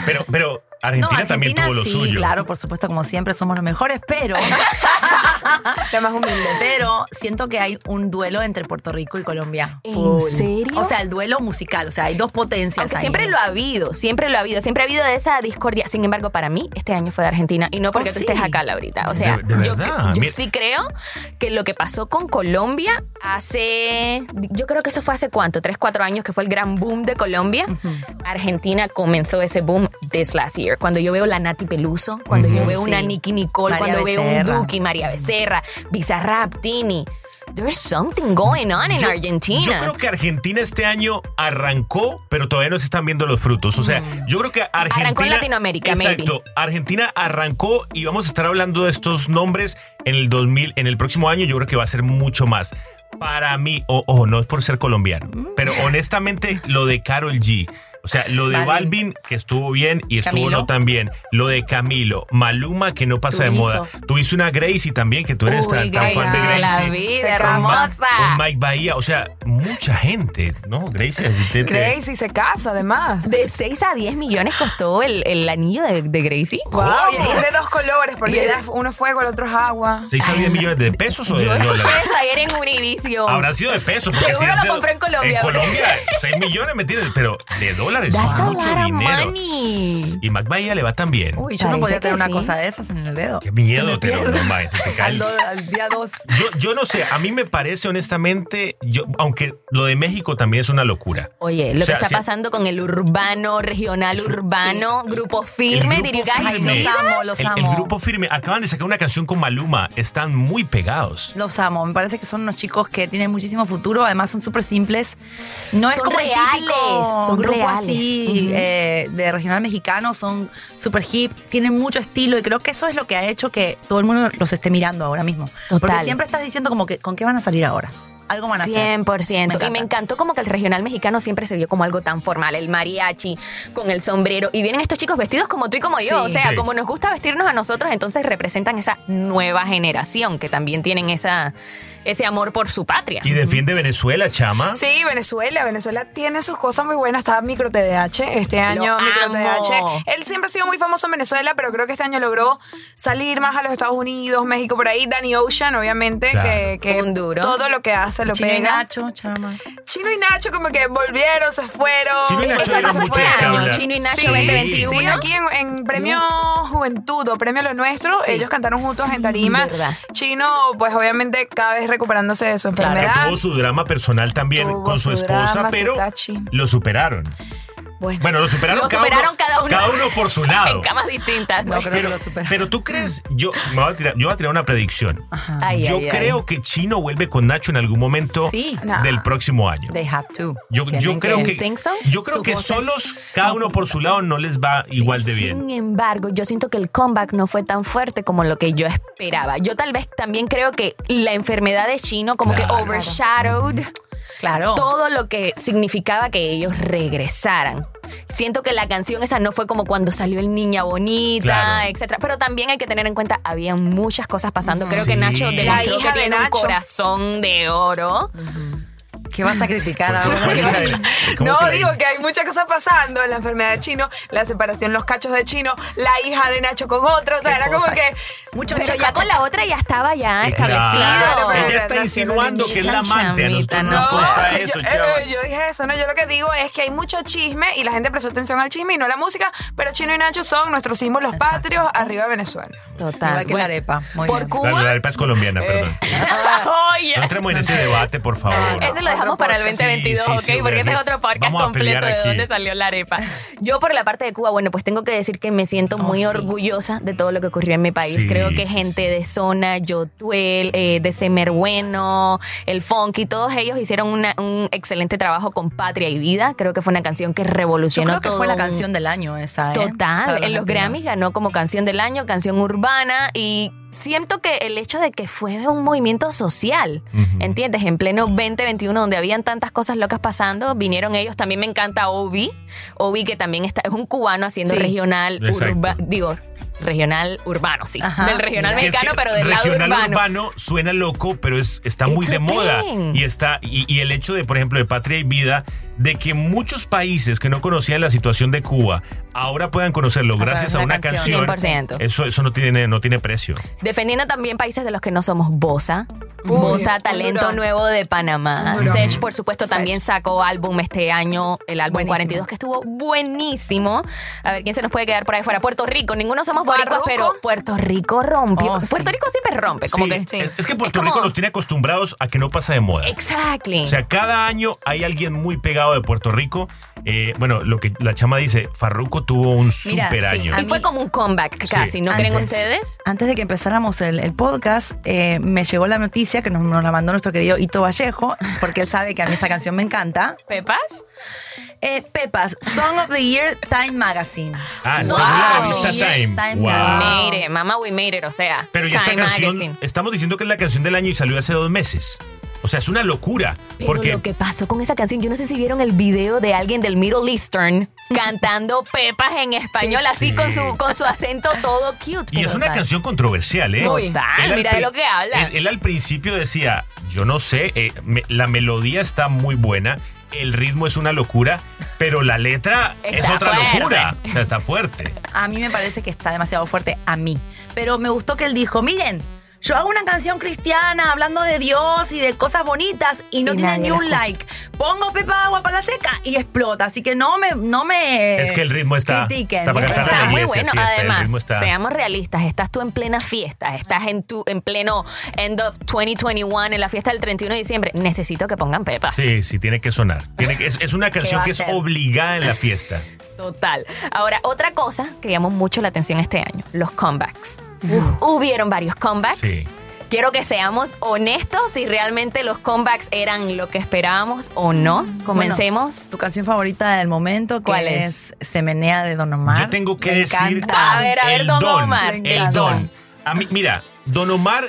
[SPEAKER 3] pero, pero Argentina, también tuvo lo
[SPEAKER 2] sí,
[SPEAKER 3] suyo.
[SPEAKER 2] claro, por supuesto, como siempre somos los mejores,
[SPEAKER 1] *laughs*
[SPEAKER 2] pero
[SPEAKER 4] más humildes.
[SPEAKER 2] pero siento que hay un duelo entre Puerto Rico y Colombia.
[SPEAKER 1] ¿En
[SPEAKER 2] Full.
[SPEAKER 1] serio?
[SPEAKER 2] O sea, el duelo musical, o sea, hay dos potencias
[SPEAKER 1] Aunque
[SPEAKER 2] ahí.
[SPEAKER 1] siempre lo ha habido, siempre lo ha habido, siempre ha habido esa discordia. Sin embargo, para mí, este año fue de Argentina y no porque
[SPEAKER 2] Oh,
[SPEAKER 1] tú
[SPEAKER 2] sí.
[SPEAKER 1] estés acá, Laurita. O sea,
[SPEAKER 3] De- de
[SPEAKER 1] yo,
[SPEAKER 3] verdad,
[SPEAKER 1] yo
[SPEAKER 3] mira.
[SPEAKER 1] sí creo que lo que pasó con Colombia hace. Yo creo que eso fue hace cuánto, tres, cuatro años que fue el gran boom de Colombia. Argentina comenzó ese boom this last year. Cuando yo veo la Nati Peluso, cuando yo
[SPEAKER 2] Ujú.
[SPEAKER 1] veo una
[SPEAKER 2] Sí.
[SPEAKER 1] Nicki Nicole,
[SPEAKER 2] María
[SPEAKER 1] cuando veo
[SPEAKER 2] Becerra.
[SPEAKER 1] un Duki, María Becerra, Bizarrap, Tini. There's something going on in
[SPEAKER 3] Yo-
[SPEAKER 1] Argentina.
[SPEAKER 3] Yo creo que Argentina este año arrancó, pero todavía no se están viendo los frutos. O sea, yo creo que Argentina.
[SPEAKER 1] Mm. Arrancó en Latinoamérica,
[SPEAKER 3] Exacto. Argentina arrancó y vamos a estar hablando de estos nombres en el 2000, en el próximo año. Yo creo que va a ser mucho más. Para mí, o- ojo, no es por ser colombiano,
[SPEAKER 1] Mm.
[SPEAKER 3] pero honestamente, lo de Carol G. O sea, lo de
[SPEAKER 2] Vale.
[SPEAKER 3] Balvin, que estuvo bien y estuvo
[SPEAKER 2] Camilo.
[SPEAKER 3] no tan bien. Lo de Camilo, Maluma, que no pasa de moda.
[SPEAKER 2] Turizo.
[SPEAKER 3] Tuviste una Gracie también, que tú eres tan,
[SPEAKER 1] Uy,
[SPEAKER 3] tan fan de
[SPEAKER 1] Gracie,
[SPEAKER 3] Gracie.
[SPEAKER 1] la
[SPEAKER 2] Se
[SPEAKER 1] vida
[SPEAKER 2] casa.
[SPEAKER 3] Con
[SPEAKER 1] hermosa.
[SPEAKER 3] Mike Bahía, o sea, mucha gente, ¿no? Gracie, te- te-
[SPEAKER 4] Gracie se casa, además.
[SPEAKER 1] De 6 a 10 millones costó el, el anillo de, de Gracie.
[SPEAKER 4] Wow, y es de dos colores, porque era- uno es fuego, el otro es agua.
[SPEAKER 3] ¿seis a 10 millones de pesos o de
[SPEAKER 1] Yo escuché
[SPEAKER 3] dólares?
[SPEAKER 1] eso ayer en Univision.
[SPEAKER 3] Habrá sido de pesos. porque
[SPEAKER 1] Seguro
[SPEAKER 3] es
[SPEAKER 1] lo
[SPEAKER 3] de-
[SPEAKER 1] compré en Colombia.
[SPEAKER 3] En Colombia, 6 millones, ¿me entiendes? Pero de dólares,
[SPEAKER 1] That's
[SPEAKER 3] es
[SPEAKER 1] a
[SPEAKER 3] mucho
[SPEAKER 1] lot of
[SPEAKER 3] dinero.
[SPEAKER 1] money.
[SPEAKER 3] Y Mike Bahía le va también.
[SPEAKER 2] Uy, yo no
[SPEAKER 1] Parece
[SPEAKER 2] podría tener
[SPEAKER 1] que
[SPEAKER 2] una
[SPEAKER 1] sí.
[SPEAKER 2] cosa de esas en el dedo.
[SPEAKER 3] Qué
[SPEAKER 2] Se
[SPEAKER 3] miedo,
[SPEAKER 2] me
[SPEAKER 3] pero
[SPEAKER 2] pierde.
[SPEAKER 3] no, Mike,
[SPEAKER 2] *laughs*
[SPEAKER 3] se te cae
[SPEAKER 2] Al,
[SPEAKER 3] el-
[SPEAKER 2] do- al día dos.
[SPEAKER 3] Yo, yo no sé, a mí me parece honestamente, yo, aunque lo de México también es una locura.
[SPEAKER 1] Oye, lo
[SPEAKER 3] O sea,
[SPEAKER 1] que está
[SPEAKER 3] sí.
[SPEAKER 1] pasando con el urbano, regional urbano, grupo firme,
[SPEAKER 3] El grupo
[SPEAKER 1] diría guys,
[SPEAKER 3] firme.
[SPEAKER 2] Los
[SPEAKER 1] mira,
[SPEAKER 2] amo, los
[SPEAKER 3] el, el
[SPEAKER 2] amo.
[SPEAKER 3] grupo firme, acaban de sacar una canción con Maluma, están muy pegados.
[SPEAKER 2] Los amo, me parece que son unos chicos que tienen muchísimo futuro, además son súper simples. No es
[SPEAKER 1] Son
[SPEAKER 2] como el típico
[SPEAKER 1] reales, son
[SPEAKER 2] grupo
[SPEAKER 1] reales.
[SPEAKER 2] así
[SPEAKER 1] Ujú.
[SPEAKER 2] eh, de regional mexicano, son súper hip, tienen mucho estilo y creo que eso es lo que ha hecho que todo el mundo los esté mirando ahora mismo.
[SPEAKER 1] Total.
[SPEAKER 2] Porque siempre estás diciendo como que, ¿con qué van a salir ahora? algo van a hacer.
[SPEAKER 1] 100%. y me encantó como que el regional mexicano siempre se vio como algo tan formal, el mariachi con el sombrero. Y vienen estos chicos vestidos como tú y como yo,
[SPEAKER 2] Sí.
[SPEAKER 1] o sea,
[SPEAKER 2] Sí.
[SPEAKER 1] como nos gusta vestirnos a nosotros, entonces representan esa nueva generación que también tienen esa, ese amor por su patria.
[SPEAKER 3] Y defiende Venezuela, chama.
[SPEAKER 4] Sí, Venezuela. Venezuela tiene sus cosas muy buenas. Estaba Micro TDH este año.
[SPEAKER 1] amo.
[SPEAKER 4] Micro TDH. Él siempre ha sido muy famoso en Venezuela, pero creo que este año logró salir más a los Estados Unidos, México, por ahí. Danny Ocean, obviamente,
[SPEAKER 2] Claro.
[SPEAKER 4] que, que todo lo que hace lo
[SPEAKER 2] Chino y
[SPEAKER 4] pega.
[SPEAKER 2] Nacho, chama.
[SPEAKER 4] Chino y Nacho como que volvieron, se fueron.
[SPEAKER 2] Chino y Nacho Eso dieron pasó mucho este de qué año, hablar. Chino y Nacho
[SPEAKER 4] Sí.
[SPEAKER 2] 2021.
[SPEAKER 4] Sí, aquí en, en Premio Juventud o Premio Lo Nuestro,
[SPEAKER 1] Sí.
[SPEAKER 4] ellos cantaron juntos
[SPEAKER 1] Sí,
[SPEAKER 4] en Tarima.
[SPEAKER 1] verdad.
[SPEAKER 4] Chino, pues obviamente cada vez recuperándose de su enfermedad.
[SPEAKER 3] Que tuvo su drama personal también
[SPEAKER 4] Tuvo
[SPEAKER 3] con su,
[SPEAKER 4] su
[SPEAKER 3] esposa,
[SPEAKER 4] drama, su
[SPEAKER 3] pero
[SPEAKER 4] tachi.
[SPEAKER 3] lo superaron.
[SPEAKER 4] Bueno,
[SPEAKER 3] lo superaron,
[SPEAKER 1] Lo
[SPEAKER 3] cada,
[SPEAKER 1] superaron
[SPEAKER 3] uno, cada uno por su
[SPEAKER 1] *laughs*
[SPEAKER 3] lado.
[SPEAKER 1] en camas distintas.
[SPEAKER 3] pero, pero tú crees, yo, me voy a tirar, yo voy a tirar una predicción.
[SPEAKER 1] Ay,
[SPEAKER 3] yo
[SPEAKER 1] ay, ay.
[SPEAKER 3] creo que Chino vuelve con Nacho en algún momento
[SPEAKER 2] Sí.
[SPEAKER 3] del próximo año.
[SPEAKER 2] They have to.
[SPEAKER 3] Yo, yo
[SPEAKER 2] Tienen
[SPEAKER 3] creo que,
[SPEAKER 1] You think so?
[SPEAKER 3] yo creo
[SPEAKER 1] Su
[SPEAKER 3] que
[SPEAKER 1] voz es-
[SPEAKER 3] solos, cada uno por su lado, no les va igual de bien.
[SPEAKER 1] Sin embargo, yo siento que el comeback no fue tan fuerte como lo que yo esperaba. Yo tal vez también creo que la enfermedad de Chino como que
[SPEAKER 2] Claro.
[SPEAKER 1] overshadowed
[SPEAKER 3] Mm.
[SPEAKER 2] Claro.
[SPEAKER 3] Oh.
[SPEAKER 1] todo lo que significaba que ellos regresaran. Siento que la canción esa no fue como cuando salió el Niña Bonita,
[SPEAKER 6] Claro.
[SPEAKER 1] etc. etcétera. Pero también hay que tener en cuenta, había muchas cosas pasando. Creo que
[SPEAKER 6] Sí.
[SPEAKER 1] Nacho
[SPEAKER 6] La
[SPEAKER 1] demostró
[SPEAKER 6] hija
[SPEAKER 1] que
[SPEAKER 6] de
[SPEAKER 1] tiene un
[SPEAKER 6] Nacho.
[SPEAKER 1] corazón de oro.
[SPEAKER 2] ¿Qué vas a criticar
[SPEAKER 3] *laughs*
[SPEAKER 2] ahora?
[SPEAKER 4] No, digo que hay muchas cosas pasando, la enfermedad de Chino, la separación, los cachos de Chino, la hija de Nacho con otro, o sea, era como
[SPEAKER 1] cosa.
[SPEAKER 4] que...
[SPEAKER 1] Pero ya con la otra ya estaba ya
[SPEAKER 3] Claro,
[SPEAKER 1] establecido.
[SPEAKER 3] ella está insinuando que es la amante. A nosotros nos consta Ah, eso,
[SPEAKER 4] yo,
[SPEAKER 3] chaval.
[SPEAKER 4] eh, yo dije eso, no, yo lo que digo es que hay mucho chisme y la gente prestó atención al chisme y no a la música, pero Chino y Nacho son nuestros símbolos patrios arriba Venezuela.
[SPEAKER 1] Total.
[SPEAKER 2] Igual que la arepa. Muy
[SPEAKER 4] Por
[SPEAKER 2] bien.
[SPEAKER 3] La, la arepa es colombiana,
[SPEAKER 1] Eh. *laughs*
[SPEAKER 3] perdón. No entremos en ese debate, por favor.
[SPEAKER 1] Eso lo dejamos para el 2022,
[SPEAKER 3] Sí, sí,
[SPEAKER 1] ¿ok?
[SPEAKER 3] sí,
[SPEAKER 1] Porque este es
[SPEAKER 3] obviamente.
[SPEAKER 1] otro podcast
[SPEAKER 3] Vamos a pelear
[SPEAKER 1] completo de
[SPEAKER 3] aquí.
[SPEAKER 1] dónde salió la arepa. *laughs* Yo por la parte de Cuba, bueno, pues tengo que decir que me siento muy orgullosa de todo lo que ocurrió en mi país.
[SPEAKER 6] Sí,
[SPEAKER 1] Creo que
[SPEAKER 6] sí,
[SPEAKER 1] gente de Zona, Yotuel, eh, de Semer Bueno, El Funky, todos ellos hicieron una- un excelente trabajo con Patria y Vida. Creo que fue una canción que
[SPEAKER 2] Yo
[SPEAKER 1] revolucionó
[SPEAKER 2] creo que
[SPEAKER 1] todo
[SPEAKER 2] fue la
[SPEAKER 1] un-
[SPEAKER 2] canción del año esa. ¿eh?
[SPEAKER 1] Total,
[SPEAKER 2] Para
[SPEAKER 1] en los
[SPEAKER 2] latinos.
[SPEAKER 1] Grammys ganó como canción del año, canción urbana y siento que el hecho de que fue un movimiento social, ¿entiendes? En pleno 2021 donde habían tantas cosas locas pasando, vinieron ellos, también me encanta Obi, Obi que también está es un cubano haciendo
[SPEAKER 6] Sí.
[SPEAKER 1] regional
[SPEAKER 3] Exacto.
[SPEAKER 1] urbano, digo, regional urbano, sí, del regional
[SPEAKER 3] Que es
[SPEAKER 1] mexicano,
[SPEAKER 3] que
[SPEAKER 1] pero del lado
[SPEAKER 3] regional
[SPEAKER 1] urbano.
[SPEAKER 3] suena loco, pero es, está muy
[SPEAKER 1] It's
[SPEAKER 3] de
[SPEAKER 1] a
[SPEAKER 3] moda.
[SPEAKER 1] thing.
[SPEAKER 3] Y está y, y el hecho de, por ejemplo, de Patria y Vida, de que muchos países que no conocían la situación de Cuba ahora puedan conocerlo
[SPEAKER 1] través
[SPEAKER 3] gracias
[SPEAKER 1] de
[SPEAKER 3] a
[SPEAKER 1] una
[SPEAKER 3] una
[SPEAKER 1] canción.
[SPEAKER 3] canción.
[SPEAKER 1] 100%.
[SPEAKER 3] Eso, eso no tiene, no tiene precio.
[SPEAKER 1] Defendiendo también países de los que no somos Bosa. Bosa, talento nuevo de Panamá. Sech, por supuesto, también sacó álbum este año, el álbum 42, que estuvo buenísimo. A ver, ¿quién se nos puede quedar por ahí fuera? Puerto Rico, ninguno somos boricuas, pero Puerto Rico rompió. Puerto Rico siempre rompe, como
[SPEAKER 3] Sí,
[SPEAKER 1] que...
[SPEAKER 3] es, es que Puerto Rico nos tiene acostumbrados a que no pasa de moda.
[SPEAKER 1] Exactly.
[SPEAKER 3] O sea, cada año hay alguien muy pegado de Puerto Rico. Eh, bueno, lo que la chama dice, Farruco tuvo un
[SPEAKER 2] Mira,
[SPEAKER 3] super
[SPEAKER 2] sí,
[SPEAKER 3] año.
[SPEAKER 2] a
[SPEAKER 1] Y fue como un comeback casi, ¿no creen
[SPEAKER 2] Antes-
[SPEAKER 1] ustedes?
[SPEAKER 2] Antes de que empezáramos el, el podcast, eh, me llegó la noticia que nos, nos la mandó nuestro querido Ito Vallejo, porque él sabe que a mí esta canción me encanta. Eh,
[SPEAKER 1] ¿Pepas?
[SPEAKER 2] Pepas, Song of the Year Time Magazine.
[SPEAKER 3] Ah,
[SPEAKER 2] Song
[SPEAKER 3] según la
[SPEAKER 2] of the
[SPEAKER 3] revista
[SPEAKER 2] Year,
[SPEAKER 3] Time. Wow.
[SPEAKER 1] Made it, mamá we made it, o sea,
[SPEAKER 3] Pero ya esta
[SPEAKER 1] Time
[SPEAKER 3] canción,
[SPEAKER 1] Magazine.
[SPEAKER 3] estamos diciendo que es la canción del año y salió hace dos meses. O sea, es una locura.
[SPEAKER 1] Pero
[SPEAKER 3] porque
[SPEAKER 1] lo que pasó con esa canción, yo no sé si vieron el video de alguien del Middle
[SPEAKER 3] *laughs*
[SPEAKER 1] Eastern cantando pepas en español,
[SPEAKER 3] Sí.
[SPEAKER 1] así
[SPEAKER 3] Sí.
[SPEAKER 1] con su con su acento todo cute.
[SPEAKER 3] y es una canción controversial, ¿eh? Él
[SPEAKER 1] Total,
[SPEAKER 3] al
[SPEAKER 1] mira de
[SPEAKER 3] pri-
[SPEAKER 1] lo que habla.
[SPEAKER 3] Él, él al principio decía, yo no sé, eh, me- la melodía está muy buena, el ritmo es una locura, pero la letra es
[SPEAKER 2] Está
[SPEAKER 3] otra
[SPEAKER 2] fuerte.
[SPEAKER 3] locura. O sea, está fuerte.
[SPEAKER 2] A mí me parece que está demasiado fuerte a mí. Pero me gustó que él dijo, miren, yo hago una canción cristiana hablando de Dios y de cosas bonitas y no
[SPEAKER 1] Y
[SPEAKER 2] tiene
[SPEAKER 1] nadie
[SPEAKER 2] ni
[SPEAKER 1] la
[SPEAKER 2] un
[SPEAKER 1] escucha.
[SPEAKER 2] like. Pongo Pepa Agua para la seca y explota. Así que no me... No me
[SPEAKER 3] Es que el ritmo está-
[SPEAKER 2] critiquen. ¿eh?
[SPEAKER 3] está para cantar
[SPEAKER 1] Está muy
[SPEAKER 3] Ese
[SPEAKER 1] bueno.
[SPEAKER 3] sí está, el
[SPEAKER 1] Además,
[SPEAKER 3] ritmo está-
[SPEAKER 1] seamos realistas, estás tú en plena fiesta, estás en tu en pleno end of 2021, en la fiesta del 31 de diciembre. Necesito que pongan pepas.
[SPEAKER 3] Sí, sí, tiene que sonar. Tiene que- es, es
[SPEAKER 1] *laughs*
[SPEAKER 3] una
[SPEAKER 1] va
[SPEAKER 3] canción
[SPEAKER 1] a
[SPEAKER 3] que es
[SPEAKER 1] ser?
[SPEAKER 3] obligada en la fiesta.
[SPEAKER 1] Total. Ahora, otra cosa que llamó mucho la atención este año, los comebacks. Hubieron varios comebacks.
[SPEAKER 3] Sí.
[SPEAKER 1] Quiero que seamos honestos si realmente los comebacks eran lo que esperábamos o no. Comencemos.
[SPEAKER 2] tu canción favorita del momento,
[SPEAKER 1] ¿Cuál
[SPEAKER 2] ¿cuál es? Se menea de Don Omar.
[SPEAKER 3] Yo tengo que
[SPEAKER 2] Me
[SPEAKER 3] decir.
[SPEAKER 2] encanta.
[SPEAKER 1] A ver, a ver,
[SPEAKER 3] el
[SPEAKER 1] don
[SPEAKER 3] don.
[SPEAKER 1] Omar,
[SPEAKER 3] El
[SPEAKER 1] el
[SPEAKER 3] don.
[SPEAKER 1] don.
[SPEAKER 3] A mí, mira, Don Omar,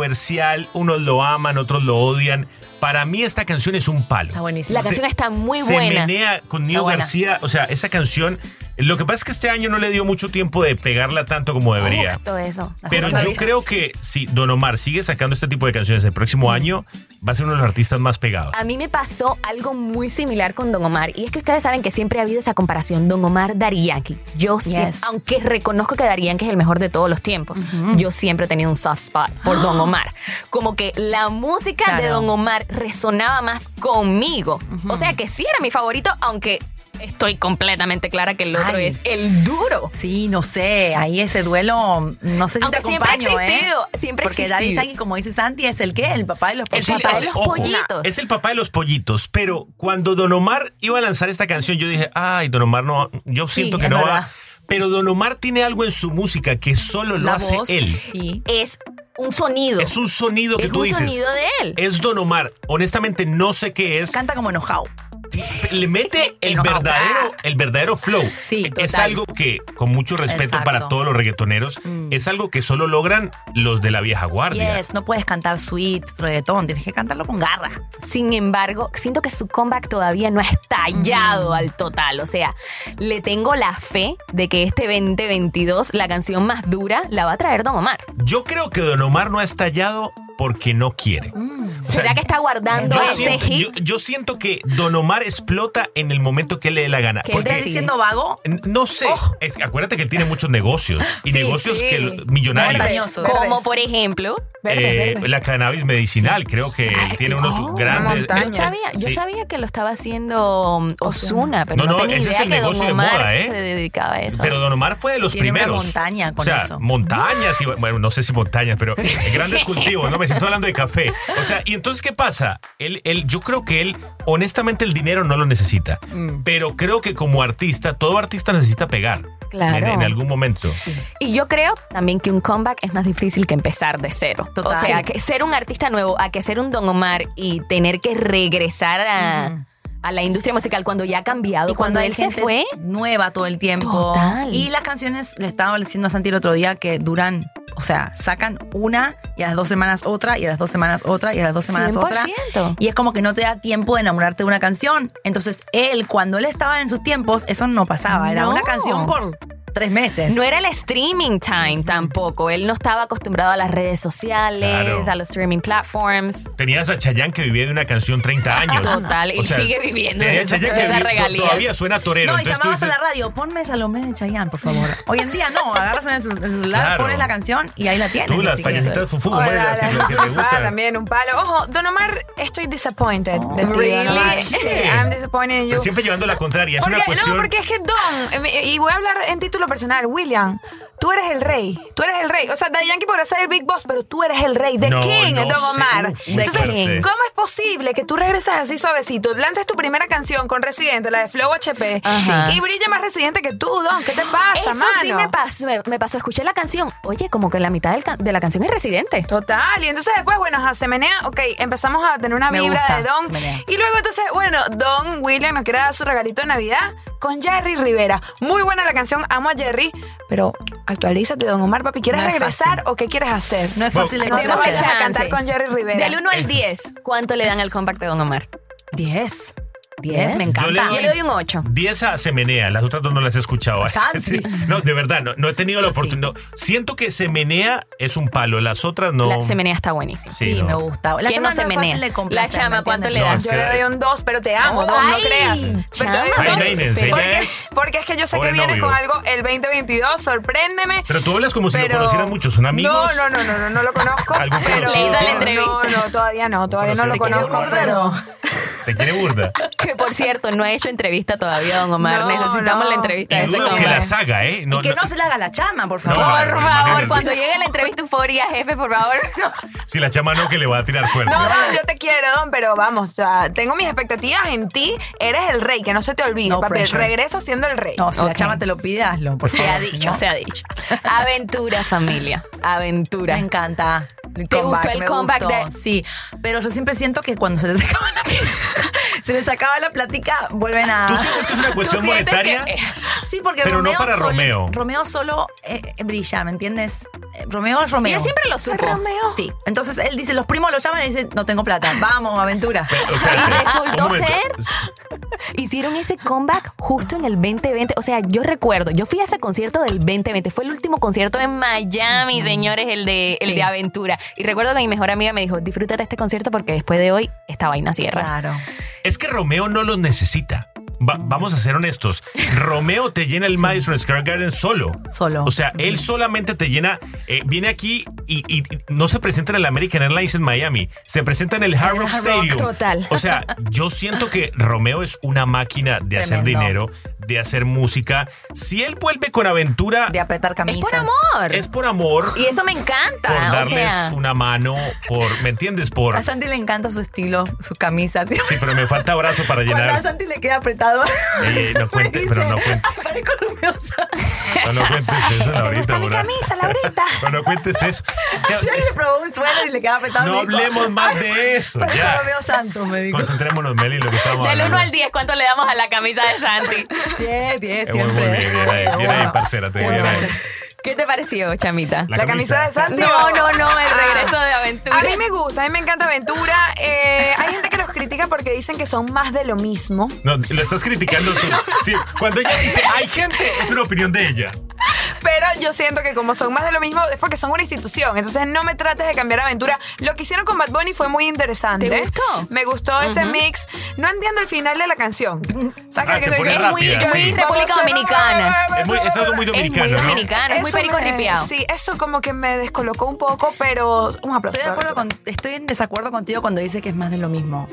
[SPEAKER 3] controversial, unos lo aman, otros lo odian. Para mí esta canción es un palo. Está
[SPEAKER 1] La canción está muy buena.
[SPEAKER 3] Se menea con
[SPEAKER 1] Está
[SPEAKER 3] Nio
[SPEAKER 1] buena.
[SPEAKER 3] García, o sea, esa canción, lo que pasa es que este año no le dio mucho tiempo de pegarla tanto como debería.
[SPEAKER 1] Justo eso.
[SPEAKER 3] Pero yo creo que si Don Omar sigue sacando este tipo de canciones el
[SPEAKER 1] Mm.
[SPEAKER 3] próximo año, va a ser uno de los artistas más pegados.
[SPEAKER 1] A mí me pasó algo muy similar con Don Omar. Y es que ustedes saben que siempre ha habido esa comparación Don Omar Darianki. Yo sí,
[SPEAKER 6] Yes.
[SPEAKER 1] aunque reconozco que Darianki es el mejor de todos los tiempos, yo siempre he tenido un soft spot por
[SPEAKER 6] *gasps*
[SPEAKER 1] Don Omar. Como que la música de
[SPEAKER 6] Claro.
[SPEAKER 1] Don Omar resonaba más conmigo. O sea que sí era mi favorito, aunque estoy completamente clara que el otro es el duro.
[SPEAKER 2] Sí, no sé, ahí ese duelo, no sé si
[SPEAKER 1] Aunque
[SPEAKER 2] te
[SPEAKER 1] siempre ha
[SPEAKER 2] acompaño,
[SPEAKER 1] existido,
[SPEAKER 2] ¿eh?
[SPEAKER 1] siempre ha
[SPEAKER 2] Porque Daddy
[SPEAKER 1] existido.
[SPEAKER 2] Yankee, como dice Santi, es el qué, el papá de los
[SPEAKER 3] Es el- es- ojo, Es el papá de los pollitos, pero cuando Don Omar iba a lanzar esta canción, yo dije, ay, Don Omar no, yo
[SPEAKER 1] Sí,
[SPEAKER 3] siento que
[SPEAKER 1] es
[SPEAKER 3] no
[SPEAKER 1] verdad.
[SPEAKER 3] va. Pero Don Omar tiene algo en su música que solo lo
[SPEAKER 1] La
[SPEAKER 3] hace
[SPEAKER 1] voz,
[SPEAKER 3] él.
[SPEAKER 1] Es un sonido.
[SPEAKER 3] Es un sonido que
[SPEAKER 1] Es
[SPEAKER 3] tú
[SPEAKER 1] un
[SPEAKER 3] dices.
[SPEAKER 1] sonido de él.
[SPEAKER 3] Es Don Omar. Honestamente, no sé qué es.
[SPEAKER 2] Canta como enojado.
[SPEAKER 1] *laughs*
[SPEAKER 3] Le mete el
[SPEAKER 2] Enojado.
[SPEAKER 3] verdadero, el verdadero flow.
[SPEAKER 2] total.
[SPEAKER 3] es algo que, con mucho respeto
[SPEAKER 2] Exacto.
[SPEAKER 3] para todos los reggaetoneros,
[SPEAKER 1] Mm.
[SPEAKER 3] es algo que solo logran los de la vieja guardia.
[SPEAKER 2] Yes, no puedes cantar sweet, reggaetón, tienes que cantarlo con garra.
[SPEAKER 1] Sin embargo, siento que su comeback todavía no ha estallado al total. O sea, le tengo la fe de que este 2022 la canción más dura la va a traer Don Omar.
[SPEAKER 3] Yo creo que Don Omar no ha estallado porque no quiere.
[SPEAKER 1] Mm. ¿Será que está guardando
[SPEAKER 3] Yo
[SPEAKER 1] ese
[SPEAKER 3] siento,
[SPEAKER 1] hit?
[SPEAKER 3] yo- yo siento que Don Omar explota en el momento que le dé la gana.
[SPEAKER 1] Que él
[SPEAKER 3] Porque-
[SPEAKER 2] ¿Estás diciendo vago?
[SPEAKER 3] N- No sé. Es que acuérdate que él tiene muchos negocios. Y
[SPEAKER 2] Sí,
[SPEAKER 3] negocios
[SPEAKER 2] sí.
[SPEAKER 3] que millonarios.
[SPEAKER 1] Como por ejemplo.
[SPEAKER 3] Eh, la cannabis medicinal, creo que él tiene unos grandes.
[SPEAKER 1] Yo sabía, yo
[SPEAKER 3] Sí.
[SPEAKER 1] sabía que lo estaba haciendo Osuna, pero
[SPEAKER 3] No,
[SPEAKER 1] no,
[SPEAKER 3] no,
[SPEAKER 1] tenía
[SPEAKER 3] ese es
[SPEAKER 1] idea
[SPEAKER 3] el
[SPEAKER 1] que Don
[SPEAKER 3] negocio de
[SPEAKER 1] Omar
[SPEAKER 3] moda, ¿eh?
[SPEAKER 1] se dedicaba a eso.
[SPEAKER 3] Pero Don Omar fue de los
[SPEAKER 1] Tiene una
[SPEAKER 3] primeros.
[SPEAKER 1] montaña con
[SPEAKER 3] o sea,
[SPEAKER 1] eso.
[SPEAKER 3] montañas y bueno, no sé si montañas, pero grandes cultivos, no me siento hablando de café. O sea, y entonces ¿qué pasa? Él él yo creo que él honestamente el dinero no lo necesita, pero creo que como artista, todo artista necesita pegar.
[SPEAKER 1] Claro.
[SPEAKER 3] En, en algún momento.
[SPEAKER 1] Y yo creo también que un comeback es más difícil que empezar de cero.
[SPEAKER 2] Total.
[SPEAKER 1] O sea, que ser un artista nuevo, a que ser un Don Omar y tener que regresar a, a la industria musical cuando ya ha cambiado, cuando,
[SPEAKER 2] hay
[SPEAKER 1] él se
[SPEAKER 2] gente
[SPEAKER 1] fue.
[SPEAKER 2] Nueva todo el tiempo.
[SPEAKER 1] Total.
[SPEAKER 2] Y las canciones, le estaba diciendo a Santi el otro día que duran, o sea, sacan una y a las dos semanas otra y a las dos semanas otra y a las dos semanas otra.
[SPEAKER 1] 100%.
[SPEAKER 2] Y es como que no te da tiempo de enamorarte de una canción. Entonces, él, cuando él estaba en sus tiempos, eso no pasaba. Era
[SPEAKER 1] No.
[SPEAKER 2] una canción por tres meses.
[SPEAKER 1] No era el streaming time tampoco. Él no estaba acostumbrado a las redes sociales,
[SPEAKER 3] Claro.
[SPEAKER 1] a los streaming platforms.
[SPEAKER 3] Tenías a Chayanne que vivía de una canción 30 años.
[SPEAKER 1] Total, y
[SPEAKER 3] O sea,
[SPEAKER 1] sigue viviendo de
[SPEAKER 3] tenías a Chayanne que
[SPEAKER 1] esas
[SPEAKER 3] vi- to-
[SPEAKER 1] regalías.
[SPEAKER 3] todavía suena torero.
[SPEAKER 2] No, y
[SPEAKER 3] entonces tú
[SPEAKER 2] llamabas a la
[SPEAKER 3] dices,
[SPEAKER 2] radio, ponme Salomé de Chayanne, por favor. Hoy en día no, agarras en el cel- el celular,
[SPEAKER 3] Claro.
[SPEAKER 2] pones la canción y ahí la tienes.
[SPEAKER 3] Tú,
[SPEAKER 2] ni
[SPEAKER 3] las
[SPEAKER 2] siquiera.
[SPEAKER 3] payasitas fufu,
[SPEAKER 4] Hola,
[SPEAKER 3] bueno,
[SPEAKER 4] la
[SPEAKER 3] lo que te
[SPEAKER 4] Ah,
[SPEAKER 3] gusta.
[SPEAKER 4] también un palo. Ojo, Don Omar, estoy disappointed
[SPEAKER 2] Oh,
[SPEAKER 4] de ti, Don Omar.
[SPEAKER 1] Really?
[SPEAKER 4] Sí, I'm disappointed in you.
[SPEAKER 3] Pero siempre llevando la contraria. Es
[SPEAKER 4] Porque-
[SPEAKER 3] una
[SPEAKER 4] No,
[SPEAKER 3] cuestión.
[SPEAKER 4] porque es que Don, eh, y voy a hablar en título personal, William, tú eres el rey, tú eres el rey. O sea, Daddy Yankee podrá ser el Big Boss, pero tú eres el rey, The
[SPEAKER 3] No,
[SPEAKER 4] King,
[SPEAKER 3] no
[SPEAKER 4] Don
[SPEAKER 3] sé,
[SPEAKER 4] Omar.
[SPEAKER 3] uf, muy
[SPEAKER 4] Entonces,
[SPEAKER 3] fuerte.
[SPEAKER 4] ¿cómo es posible que tú regreses así suavecito, lanzas tu primera canción con Residente, la de Flow
[SPEAKER 2] Eh,
[SPEAKER 4] HP,
[SPEAKER 1] Ajá.
[SPEAKER 4] y brilla más Residente que tú, Don? ¿Qué te pasa,
[SPEAKER 1] Eso
[SPEAKER 4] mano?
[SPEAKER 1] sí me pasó, me, me pasó. Escuché la canción. Oye, como que la mitad del can- de la canción es residente.
[SPEAKER 4] Total, y entonces después, bueno, ajá, se menea, ok, empezamos a tener una
[SPEAKER 1] Me
[SPEAKER 4] vibra
[SPEAKER 1] gusta,
[SPEAKER 4] de
[SPEAKER 1] se
[SPEAKER 4] Don.
[SPEAKER 1] menea.
[SPEAKER 4] Y luego entonces, bueno, Don William nos quiere dar su regalito de Navidad con Jerry Rivera. Muy buena la canción, amo a Jerry, pero actualízate, Don Omar, papi, ¿quieres
[SPEAKER 1] No es
[SPEAKER 4] regresar o qué quieres hacer?
[SPEAKER 2] No es fácil de
[SPEAKER 4] no, no
[SPEAKER 2] conocer.
[SPEAKER 4] vayas a
[SPEAKER 1] Chance.
[SPEAKER 4] cantar con Jerry Rivera.
[SPEAKER 1] Del 1 al 10, ¿cuánto le dan al compact de Don Omar?
[SPEAKER 2] 10.
[SPEAKER 1] 10,
[SPEAKER 3] me encanta. Yo le doy-
[SPEAKER 1] Yo le doy un 8.
[SPEAKER 3] 10 a Semenea, las otras dos no las he escuchado.
[SPEAKER 4] Ah,
[SPEAKER 1] Santi.
[SPEAKER 3] *laughs* Sí. No, de verdad, no, no he tenido la oportunidad. Siento que Semenea es un palo, las otras no.
[SPEAKER 1] La Semenea está buenísima.
[SPEAKER 3] Sí, Sí, no. me gusta.
[SPEAKER 2] La
[SPEAKER 1] ¿Quién
[SPEAKER 2] chama
[SPEAKER 1] no se
[SPEAKER 2] no es fácil
[SPEAKER 1] menea?
[SPEAKER 2] de complacer,
[SPEAKER 1] la chama,
[SPEAKER 2] ¿me
[SPEAKER 1] ¿cuánto le
[SPEAKER 2] entiendes?
[SPEAKER 1] das?
[SPEAKER 3] No, es que-
[SPEAKER 4] Yo le doy un 2, pero te amo, Don, no
[SPEAKER 1] Ay,
[SPEAKER 4] creas. Pero te doy un
[SPEAKER 3] Ay,
[SPEAKER 4] dos,
[SPEAKER 3] Nena,
[SPEAKER 4] pero-
[SPEAKER 3] enseña
[SPEAKER 4] porque,
[SPEAKER 3] es-
[SPEAKER 4] porque es que yo sé
[SPEAKER 3] Pobre
[SPEAKER 4] que vienes
[SPEAKER 3] novio.
[SPEAKER 4] con algo el 2022, sorpréndeme.
[SPEAKER 3] Pero tú hablas como si lo
[SPEAKER 4] pero-
[SPEAKER 3] conocieran mucho, ¿son amigos?
[SPEAKER 4] No, no, no, no, no, no lo conozco.
[SPEAKER 3] Algún
[SPEAKER 4] pero,
[SPEAKER 3] conocido. Le hizo la
[SPEAKER 4] no,
[SPEAKER 1] entrevista.
[SPEAKER 4] no, todavía no, todavía no lo
[SPEAKER 3] Conocido como
[SPEAKER 4] conozco,
[SPEAKER 3] Don Omar.
[SPEAKER 4] pero.
[SPEAKER 3] Te quiere burda.
[SPEAKER 1] *laughs* Que por cierto, no ha hecho entrevista todavía, Don Omar.
[SPEAKER 2] No,
[SPEAKER 1] Necesitamos
[SPEAKER 2] no.
[SPEAKER 1] la entrevista de
[SPEAKER 3] Y
[SPEAKER 1] ese
[SPEAKER 3] dudo que
[SPEAKER 1] hombre.
[SPEAKER 3] la saga, ¿eh? No,
[SPEAKER 2] y que
[SPEAKER 3] no-
[SPEAKER 2] no, se la haga la chama, por
[SPEAKER 3] No,
[SPEAKER 2] favor.
[SPEAKER 3] no,
[SPEAKER 1] Por favor, cuando llegue la entrevista euforia, jefe, por
[SPEAKER 2] *laughs*
[SPEAKER 1] favor.
[SPEAKER 3] Si la chama no, que le va a tirar fuerte.
[SPEAKER 4] No, Don, yo te quiero, Don, pero vamos, o sea, tengo mis expectativas en ti. Eres el rey, que no se te olvide,
[SPEAKER 2] No
[SPEAKER 4] papi.
[SPEAKER 2] pressure.
[SPEAKER 4] Regresa siendo el rey.
[SPEAKER 2] No, si la
[SPEAKER 1] Ok.
[SPEAKER 2] chama te lo pide, hazlo. Por
[SPEAKER 1] Se ha
[SPEAKER 2] favor,
[SPEAKER 1] dicho,
[SPEAKER 2] ¿no?
[SPEAKER 1] se ha dicho. Aventura, familia. Aventura.
[SPEAKER 2] Me encanta.
[SPEAKER 1] ¿Te gustó el
[SPEAKER 2] me
[SPEAKER 1] comeback
[SPEAKER 2] gustó,
[SPEAKER 1] de-
[SPEAKER 2] Sí, pero yo siempre siento que cuando se les *laughs* acaba la se les acaba la plática, vuelven a...
[SPEAKER 3] ¿Tú sientes que es una cuestión
[SPEAKER 2] ¿Tú sientes
[SPEAKER 3] Pues, monetaria?
[SPEAKER 1] eh,
[SPEAKER 2] que- Sí, porque
[SPEAKER 3] Pero no
[SPEAKER 2] Romeo
[SPEAKER 3] para
[SPEAKER 2] solo,
[SPEAKER 3] Romeo.
[SPEAKER 2] Romeo solo eh, brilla, ¿me entiendes? Eh, Romeo es Romeo.
[SPEAKER 1] Yo siempre lo supo.
[SPEAKER 2] Romeo. Sí, entonces él dice, los primos lo llaman y dicen, no tengo plata, vamos, aventura.
[SPEAKER 1] Y resultó
[SPEAKER 2] Un momento.
[SPEAKER 1] ser. Hicieron ese comeback justo en el 2020. O sea, yo recuerdo, yo fui a ese concierto del 2020. Fue el último concierto en Miami, señores, el de, el
[SPEAKER 2] Sí.
[SPEAKER 1] de Aventura. Y recuerdo que mi mejor amiga me dijo: disfrútate este concierto porque después de hoy esta vaina cierra.
[SPEAKER 2] Claro.
[SPEAKER 3] Es que Romeo no los necesita. Va- vamos a ser honestos. Romeo te llena el Madison Square Garden solo.
[SPEAKER 2] Solo.
[SPEAKER 3] O sea, él solamente te llena. eh, viene aquí y, y no se presenta en el American Airlines en Miami. Se presenta en el Hard
[SPEAKER 1] el
[SPEAKER 3] Rock
[SPEAKER 1] Hard Rock,
[SPEAKER 3] Stadium.
[SPEAKER 1] total.
[SPEAKER 3] O sea, yo siento que Romeo es una máquina de hacer
[SPEAKER 2] Tremendo.
[SPEAKER 3] dinero, de hacer música. Si él vuelve con aventura.
[SPEAKER 2] De apretar camisas.
[SPEAKER 1] Por amor.
[SPEAKER 3] Es por amor.
[SPEAKER 1] Y eso me
[SPEAKER 3] Por
[SPEAKER 1] encanta. O
[SPEAKER 3] darles
[SPEAKER 1] sea,
[SPEAKER 3] una mano, por. ¿Me entiendes? Por.
[SPEAKER 2] A Santi le encanta su estilo, su camisa. así.
[SPEAKER 3] Sí, pero me falta brazo para
[SPEAKER 2] Cuando a
[SPEAKER 3] llenar.
[SPEAKER 2] Santi le queda apretado, *laughs*
[SPEAKER 3] Ey, ey, no cuente, pero no cuente.
[SPEAKER 2] parezco Romeo Santos.
[SPEAKER 3] No, no cuentes eso, Laurita.
[SPEAKER 4] mi
[SPEAKER 3] Mora.
[SPEAKER 4] camisa,
[SPEAKER 3] *laughs*
[SPEAKER 4] Laurita.
[SPEAKER 3] No, no cuentes eso. *laughs* Ya,
[SPEAKER 2] Ayer le probó un suéter y le queda apretado.
[SPEAKER 3] no
[SPEAKER 2] me dijo,
[SPEAKER 3] hablemos más de eso.
[SPEAKER 2] Parezco
[SPEAKER 3] Ya.
[SPEAKER 2] Romeo Santos, me dijo.
[SPEAKER 3] Concentrémonos, Meli, en lo que estamos
[SPEAKER 1] del 1
[SPEAKER 3] hablando.
[SPEAKER 1] al 10, ¿cuánto le damos a la camisa de Santi?
[SPEAKER 2] 10, 10,
[SPEAKER 3] Eh, Muy, muy bien, bien ahí, bien ahí, parcera, te bien ahí.
[SPEAKER 1] *laughs* ¿Qué te pareció, chamita?
[SPEAKER 4] La camisa de Santi.
[SPEAKER 1] No, no, no, el regreso de Aventura.
[SPEAKER 4] A mí me gusta, a mí me encanta Aventura. Eh, hay gente que los critica porque dicen que son más de lo mismo.
[SPEAKER 3] No, lo estás criticando tú. Sí, cuando ella dice, hay gente, es una opinión de ella.
[SPEAKER 4] Pero yo siento que como son más de lo mismo es porque son una institución. Entonces no me trates de cambiar aventura. Lo que hicieron con Bad Bunny fue muy interesante.
[SPEAKER 1] ¿Te gustó?
[SPEAKER 4] Me gustó ese mix. No entiendo el final de la canción. ¿Sabes
[SPEAKER 3] Ah,
[SPEAKER 4] que
[SPEAKER 3] se
[SPEAKER 4] te
[SPEAKER 3] pone
[SPEAKER 4] digo,
[SPEAKER 1] es muy,
[SPEAKER 3] rápida,
[SPEAKER 1] muy
[SPEAKER 3] sí.
[SPEAKER 1] República Dominicana.
[SPEAKER 3] Es, muy- es algo muy
[SPEAKER 1] Es
[SPEAKER 3] dominicano,
[SPEAKER 1] muy
[SPEAKER 3] ¿no?
[SPEAKER 1] dominicano, es muy
[SPEAKER 4] Eso
[SPEAKER 1] perico
[SPEAKER 4] me-
[SPEAKER 1] ripiado.
[SPEAKER 4] Sí, eso como que me descolocó un poco, pero un aplauso.
[SPEAKER 2] Estoy, de acuerdo con, estoy en desacuerdo contigo cuando dices que es más de lo mismo.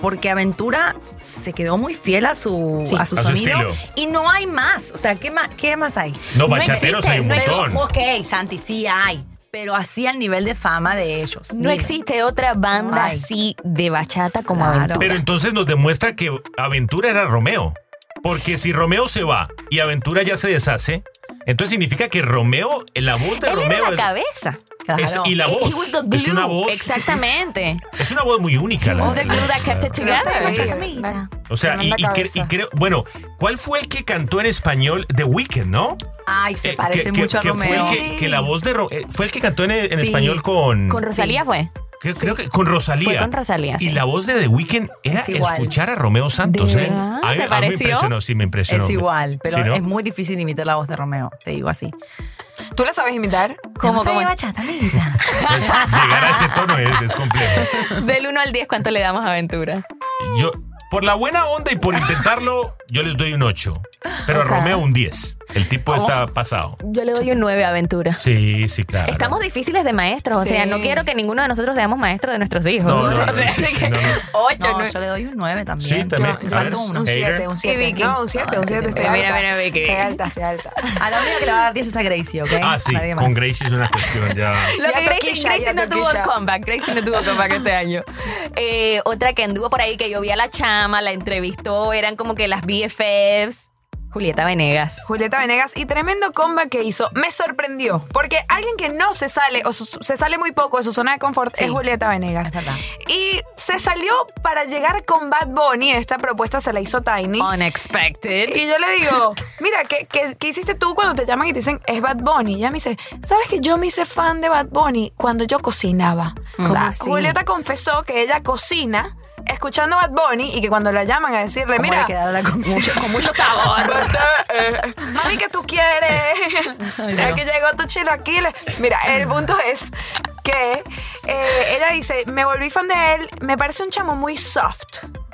[SPEAKER 2] Porque Aventura se quedó muy fiel a su, a su
[SPEAKER 3] A su
[SPEAKER 2] sonido.
[SPEAKER 3] estilo.
[SPEAKER 2] y no hay más. O sea, ¿qué más, qué más hay?
[SPEAKER 3] No,
[SPEAKER 1] No
[SPEAKER 3] bachateros hay un
[SPEAKER 1] existe, no
[SPEAKER 3] montón.
[SPEAKER 2] Ok, Santi, sí hay. Pero así al nivel de fama de ellos.
[SPEAKER 1] No
[SPEAKER 2] Dime.
[SPEAKER 1] existe otra banda
[SPEAKER 2] Ay.
[SPEAKER 1] así de bachata como
[SPEAKER 2] Claro.
[SPEAKER 1] Aventura.
[SPEAKER 3] Pero entonces nos demuestra que Aventura era Romeo. Porque si Romeo se va y Aventura ya se deshace, entonces significa que Romeo, la voz de
[SPEAKER 1] Él
[SPEAKER 3] este Romeo
[SPEAKER 1] era la
[SPEAKER 3] es-
[SPEAKER 1] cabeza.
[SPEAKER 2] Claro.
[SPEAKER 3] es- y la
[SPEAKER 1] He
[SPEAKER 3] voz.
[SPEAKER 1] was the glue.
[SPEAKER 3] Es una voz. *laughs*
[SPEAKER 1] Exactamente.
[SPEAKER 3] Es una voz muy única.
[SPEAKER 1] He
[SPEAKER 3] la-
[SPEAKER 1] was the glue that
[SPEAKER 3] la-
[SPEAKER 1] kept it together.
[SPEAKER 3] O sea, y,
[SPEAKER 4] Tremenda
[SPEAKER 3] y cre-
[SPEAKER 4] cabeza.
[SPEAKER 3] y creo, bueno, ¿cuál fue el que cantó en español The Weeknd, no?
[SPEAKER 2] Ay, se
[SPEAKER 3] Eh,
[SPEAKER 2] parece
[SPEAKER 3] que- que-
[SPEAKER 2] mucho
[SPEAKER 3] que
[SPEAKER 2] a
[SPEAKER 3] Fue
[SPEAKER 2] Romeo.
[SPEAKER 3] el que, que la voz de Ro- eh, fue el que cantó en, en
[SPEAKER 2] Sí.
[SPEAKER 3] español con,
[SPEAKER 1] Con Rosalía fue.
[SPEAKER 3] creo, creo que con Rosalía.
[SPEAKER 1] Fue con Rosalía,
[SPEAKER 3] Y
[SPEAKER 1] sí.
[SPEAKER 3] la voz de The Weeknd era
[SPEAKER 2] Es igual.
[SPEAKER 3] escuchar a Romeo Santos,
[SPEAKER 1] ¿De
[SPEAKER 3] ¿eh?
[SPEAKER 1] verdad?
[SPEAKER 3] A mí,
[SPEAKER 1] ¿Te
[SPEAKER 3] a mí me
[SPEAKER 1] pareció?
[SPEAKER 3] impresionó, sí me impresionó.
[SPEAKER 2] Es igual, pero
[SPEAKER 3] Sí, ¿no?
[SPEAKER 2] es muy difícil imitar la voz de Romeo, te digo así.
[SPEAKER 4] ¿Tú la sabes imitar?
[SPEAKER 1] ¿Cómo,
[SPEAKER 2] ¿Te gusta
[SPEAKER 1] cómo?
[SPEAKER 2] la bachata,
[SPEAKER 4] *laughs*
[SPEAKER 2] amiguita?
[SPEAKER 3] Pues, llegar a ese tono es, es complejo.
[SPEAKER 1] Del 1 al 10, ¿cuánto le damos a Aventura?
[SPEAKER 3] Yo, por la buena onda y por intentarlo, yo les doy un 8. Pero a
[SPEAKER 1] Ok.
[SPEAKER 3] Romeo un 10. El tipo está pasado.
[SPEAKER 1] Yo le doy un 9 a Aventura.
[SPEAKER 3] Sí, sí, claro.
[SPEAKER 1] Estamos difíciles de maestros, o sea,
[SPEAKER 4] Sí.
[SPEAKER 1] no quiero que ninguno de nosotros seamos maestros de nuestros hijos.
[SPEAKER 3] No,
[SPEAKER 1] *laughs*
[SPEAKER 3] no,
[SPEAKER 1] O sea,
[SPEAKER 3] sí, sí, sí,
[SPEAKER 1] que-
[SPEAKER 3] no, no.
[SPEAKER 1] Ocho,
[SPEAKER 2] No,
[SPEAKER 1] nueve.
[SPEAKER 2] yo le doy un 9 también.
[SPEAKER 3] Sí, también.
[SPEAKER 2] Yo-
[SPEAKER 3] A
[SPEAKER 2] falta
[SPEAKER 3] ver,
[SPEAKER 2] uno.
[SPEAKER 4] Un
[SPEAKER 3] Hater.
[SPEAKER 4] 7, un
[SPEAKER 1] Y
[SPEAKER 4] 7.
[SPEAKER 1] Vicky.
[SPEAKER 4] No, un 7, un 7.
[SPEAKER 1] Mira, mira, Vicky.
[SPEAKER 4] Estoy alta, estoy alta.
[SPEAKER 2] A la única que le va a dar 10 es a Gracie, ¿ok?
[SPEAKER 3] Ah, sí,
[SPEAKER 2] Nadie más.
[SPEAKER 3] con Gracie es una cuestión
[SPEAKER 1] *laughs*
[SPEAKER 3] ya.
[SPEAKER 1] Lo
[SPEAKER 4] Ya
[SPEAKER 1] que Gracie,
[SPEAKER 4] toquilla,
[SPEAKER 1] Gracie
[SPEAKER 4] ya
[SPEAKER 1] no tuvo
[SPEAKER 4] toquilla.
[SPEAKER 1] comeback, Gracie no tuvo comeback este año. Eh, otra que anduvo por ahí que yo vi a la chama, la entrevistó, eran como que las BFFs. Julieta Venegas.
[SPEAKER 4] Julieta Venegas y tremendo comba que hizo. Me sorprendió, porque alguien que no se sale o su- se sale muy poco de su zona de confort
[SPEAKER 2] Sí.
[SPEAKER 4] es Julieta Venegas.
[SPEAKER 2] Es verdad.
[SPEAKER 4] Y se salió para llegar con Bad Bunny, esta propuesta se la hizo Tiny.
[SPEAKER 1] Unexpected.
[SPEAKER 4] Y yo le digo, mira, ¿qué, qué, qué hiciste tú cuando te llaman y te dicen es Bad Bunny? Y ella me dice, ¿sabes que yo me hice Este fan de Bad Bunny cuando yo cocinaba? O sea,
[SPEAKER 1] así?
[SPEAKER 4] Julieta confesó que ella cocina escuchando Bad Bunny y que cuando la llaman a decirle,
[SPEAKER 2] ¿Cómo le
[SPEAKER 4] mira,
[SPEAKER 2] quedará la comida?
[SPEAKER 1] con mucho
[SPEAKER 2] *laughs*
[SPEAKER 1] sabor.
[SPEAKER 4] Vete, eh, Mami, que tú quieres? Ya que llegó tu chilaquiles. Mira, el punto es que eh, ella dice, me volví fan de él, me parece un chamo muy soft.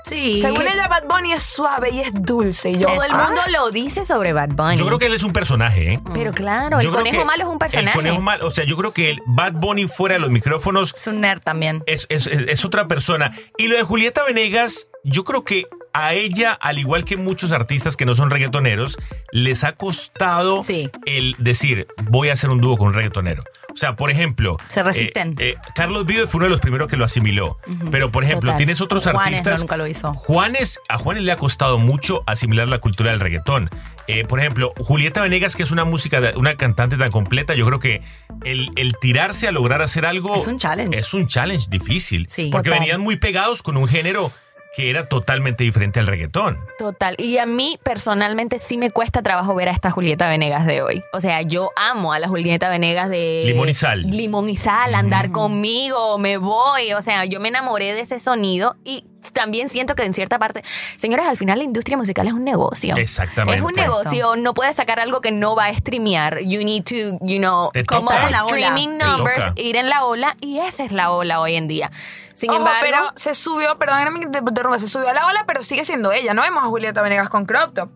[SPEAKER 2] Sí.
[SPEAKER 4] Según ella, Bad Bunny es suave y es dulce. Y yo,
[SPEAKER 1] Todo el
[SPEAKER 4] "Ah".
[SPEAKER 1] mundo lo dice sobre Bad Bunny.
[SPEAKER 3] Yo creo que él es un personaje, ¿eh?
[SPEAKER 1] Pero claro, el
[SPEAKER 3] Yo creo
[SPEAKER 1] conejo
[SPEAKER 3] que
[SPEAKER 1] malo es un personaje.
[SPEAKER 3] El conejo malo, o sea, yo creo que el Bad Bunny fuera de los micrófonos
[SPEAKER 2] Es un nerd también.
[SPEAKER 3] es, es- es- es otra persona. Y lo de Julieta Venegas, yo creo que a ella, al igual que muchos artistas que no son reggaetoneros, les ha costado
[SPEAKER 2] Sí.
[SPEAKER 3] el decir, voy a hacer un dúo con un reggaetonero. O sea, por ejemplo.
[SPEAKER 2] Se resisten.
[SPEAKER 3] eh, eh, Carlos Vives fue uno de los primeros que lo asimiló.
[SPEAKER 2] Ujú.
[SPEAKER 3] Pero, por ejemplo,
[SPEAKER 2] Total.
[SPEAKER 3] tienes otros
[SPEAKER 2] Juanes
[SPEAKER 3] artistas.
[SPEAKER 2] no, nunca lo hizo.
[SPEAKER 3] Juanes, a Juanes le ha costado mucho asimilar la cultura del reggaetón. Eh, por ejemplo, Julieta Venegas, que es una música, de- una cantante tan completa, yo creo que el, el tirarse a lograr hacer algo. Es un challenge. Es un challenge difícil. porque
[SPEAKER 1] Total.
[SPEAKER 3] venían muy pegados con un género que era totalmente diferente al reggaetón.
[SPEAKER 1] Total. Y a mí personalmente sí me cuesta trabajo ver a esta Julieta Venegas de hoy. O sea, yo amo a la Julieta Venegas de...
[SPEAKER 3] Limón y sal. Mm.
[SPEAKER 1] Limón y sal, andar conmigo, me voy. O sea, yo me enamoré de ese sonido y también siento que en cierta parte, señores, al final la industria musical es un negocio.
[SPEAKER 3] Exactamente. pues.
[SPEAKER 1] Es un negocio, no puedes sacar algo que no va a streamear. You need to, you know,
[SPEAKER 3] Te
[SPEAKER 1] come
[SPEAKER 3] toca.
[SPEAKER 1] up
[SPEAKER 3] Estar
[SPEAKER 1] with
[SPEAKER 3] en la ola.
[SPEAKER 1] streaming
[SPEAKER 3] Sí.
[SPEAKER 1] numbers,
[SPEAKER 3] Toca.
[SPEAKER 1] ir en la ola y esa es la ola hoy en día. Sin
[SPEAKER 4] Ojo,
[SPEAKER 1] embargo,
[SPEAKER 4] pero se subió, perdónenme que te interrumpa, se subió a la ola, pero sigue siendo ella. No vemos a Julieta Venegas con crop top.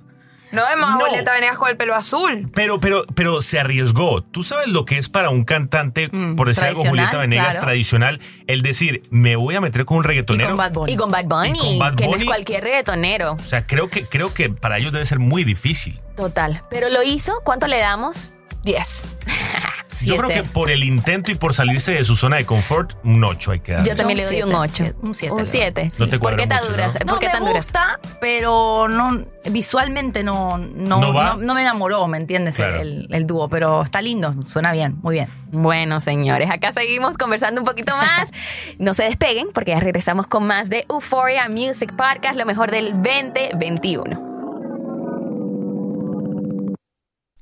[SPEAKER 4] No vemos
[SPEAKER 3] No.
[SPEAKER 4] a Julieta Venegas con el pelo azul.
[SPEAKER 3] Pero, pero, pero se arriesgó. Tú sabes lo que es para un cantante, por decir algo,
[SPEAKER 4] tradicional,
[SPEAKER 3] Julieta Venegas,
[SPEAKER 1] Mm, claro.
[SPEAKER 3] tradicional, el decir, me voy a meter con un reggaetonero.
[SPEAKER 1] Y con Bad Bunny,
[SPEAKER 3] con Bad
[SPEAKER 1] que no es
[SPEAKER 3] Bunny.
[SPEAKER 1] cualquier reggaetonero.
[SPEAKER 3] O sea, creo que, creo que para ellos debe ser muy difícil.
[SPEAKER 1] Total. Pero lo hizo, ¿cuánto le damos?
[SPEAKER 4] 10.
[SPEAKER 3] Yo creo que por el intento y por salirse de su zona de confort, un 8 hay que dar.
[SPEAKER 1] Yo también le doy un 8.
[SPEAKER 2] Un 7.
[SPEAKER 1] Un 7.
[SPEAKER 3] No te
[SPEAKER 1] ¿Por
[SPEAKER 3] cuadra
[SPEAKER 1] qué tan
[SPEAKER 3] mucho,
[SPEAKER 1] duras?
[SPEAKER 2] No,
[SPEAKER 1] ¿Por qué
[SPEAKER 2] me
[SPEAKER 1] tan duras?
[SPEAKER 2] gusta, pero no, visualmente no, no,
[SPEAKER 1] ¿No va?
[SPEAKER 2] no- no me enamoró, ¿me entiendes?
[SPEAKER 1] Claro.
[SPEAKER 2] El, el dúo, pero está lindo, suena bien, muy bien.
[SPEAKER 1] Bueno, señores, acá seguimos conversando un poquito más. No se despeguen porque ya regresamos con más de Euphoria Music Podcast, lo mejor del 2021.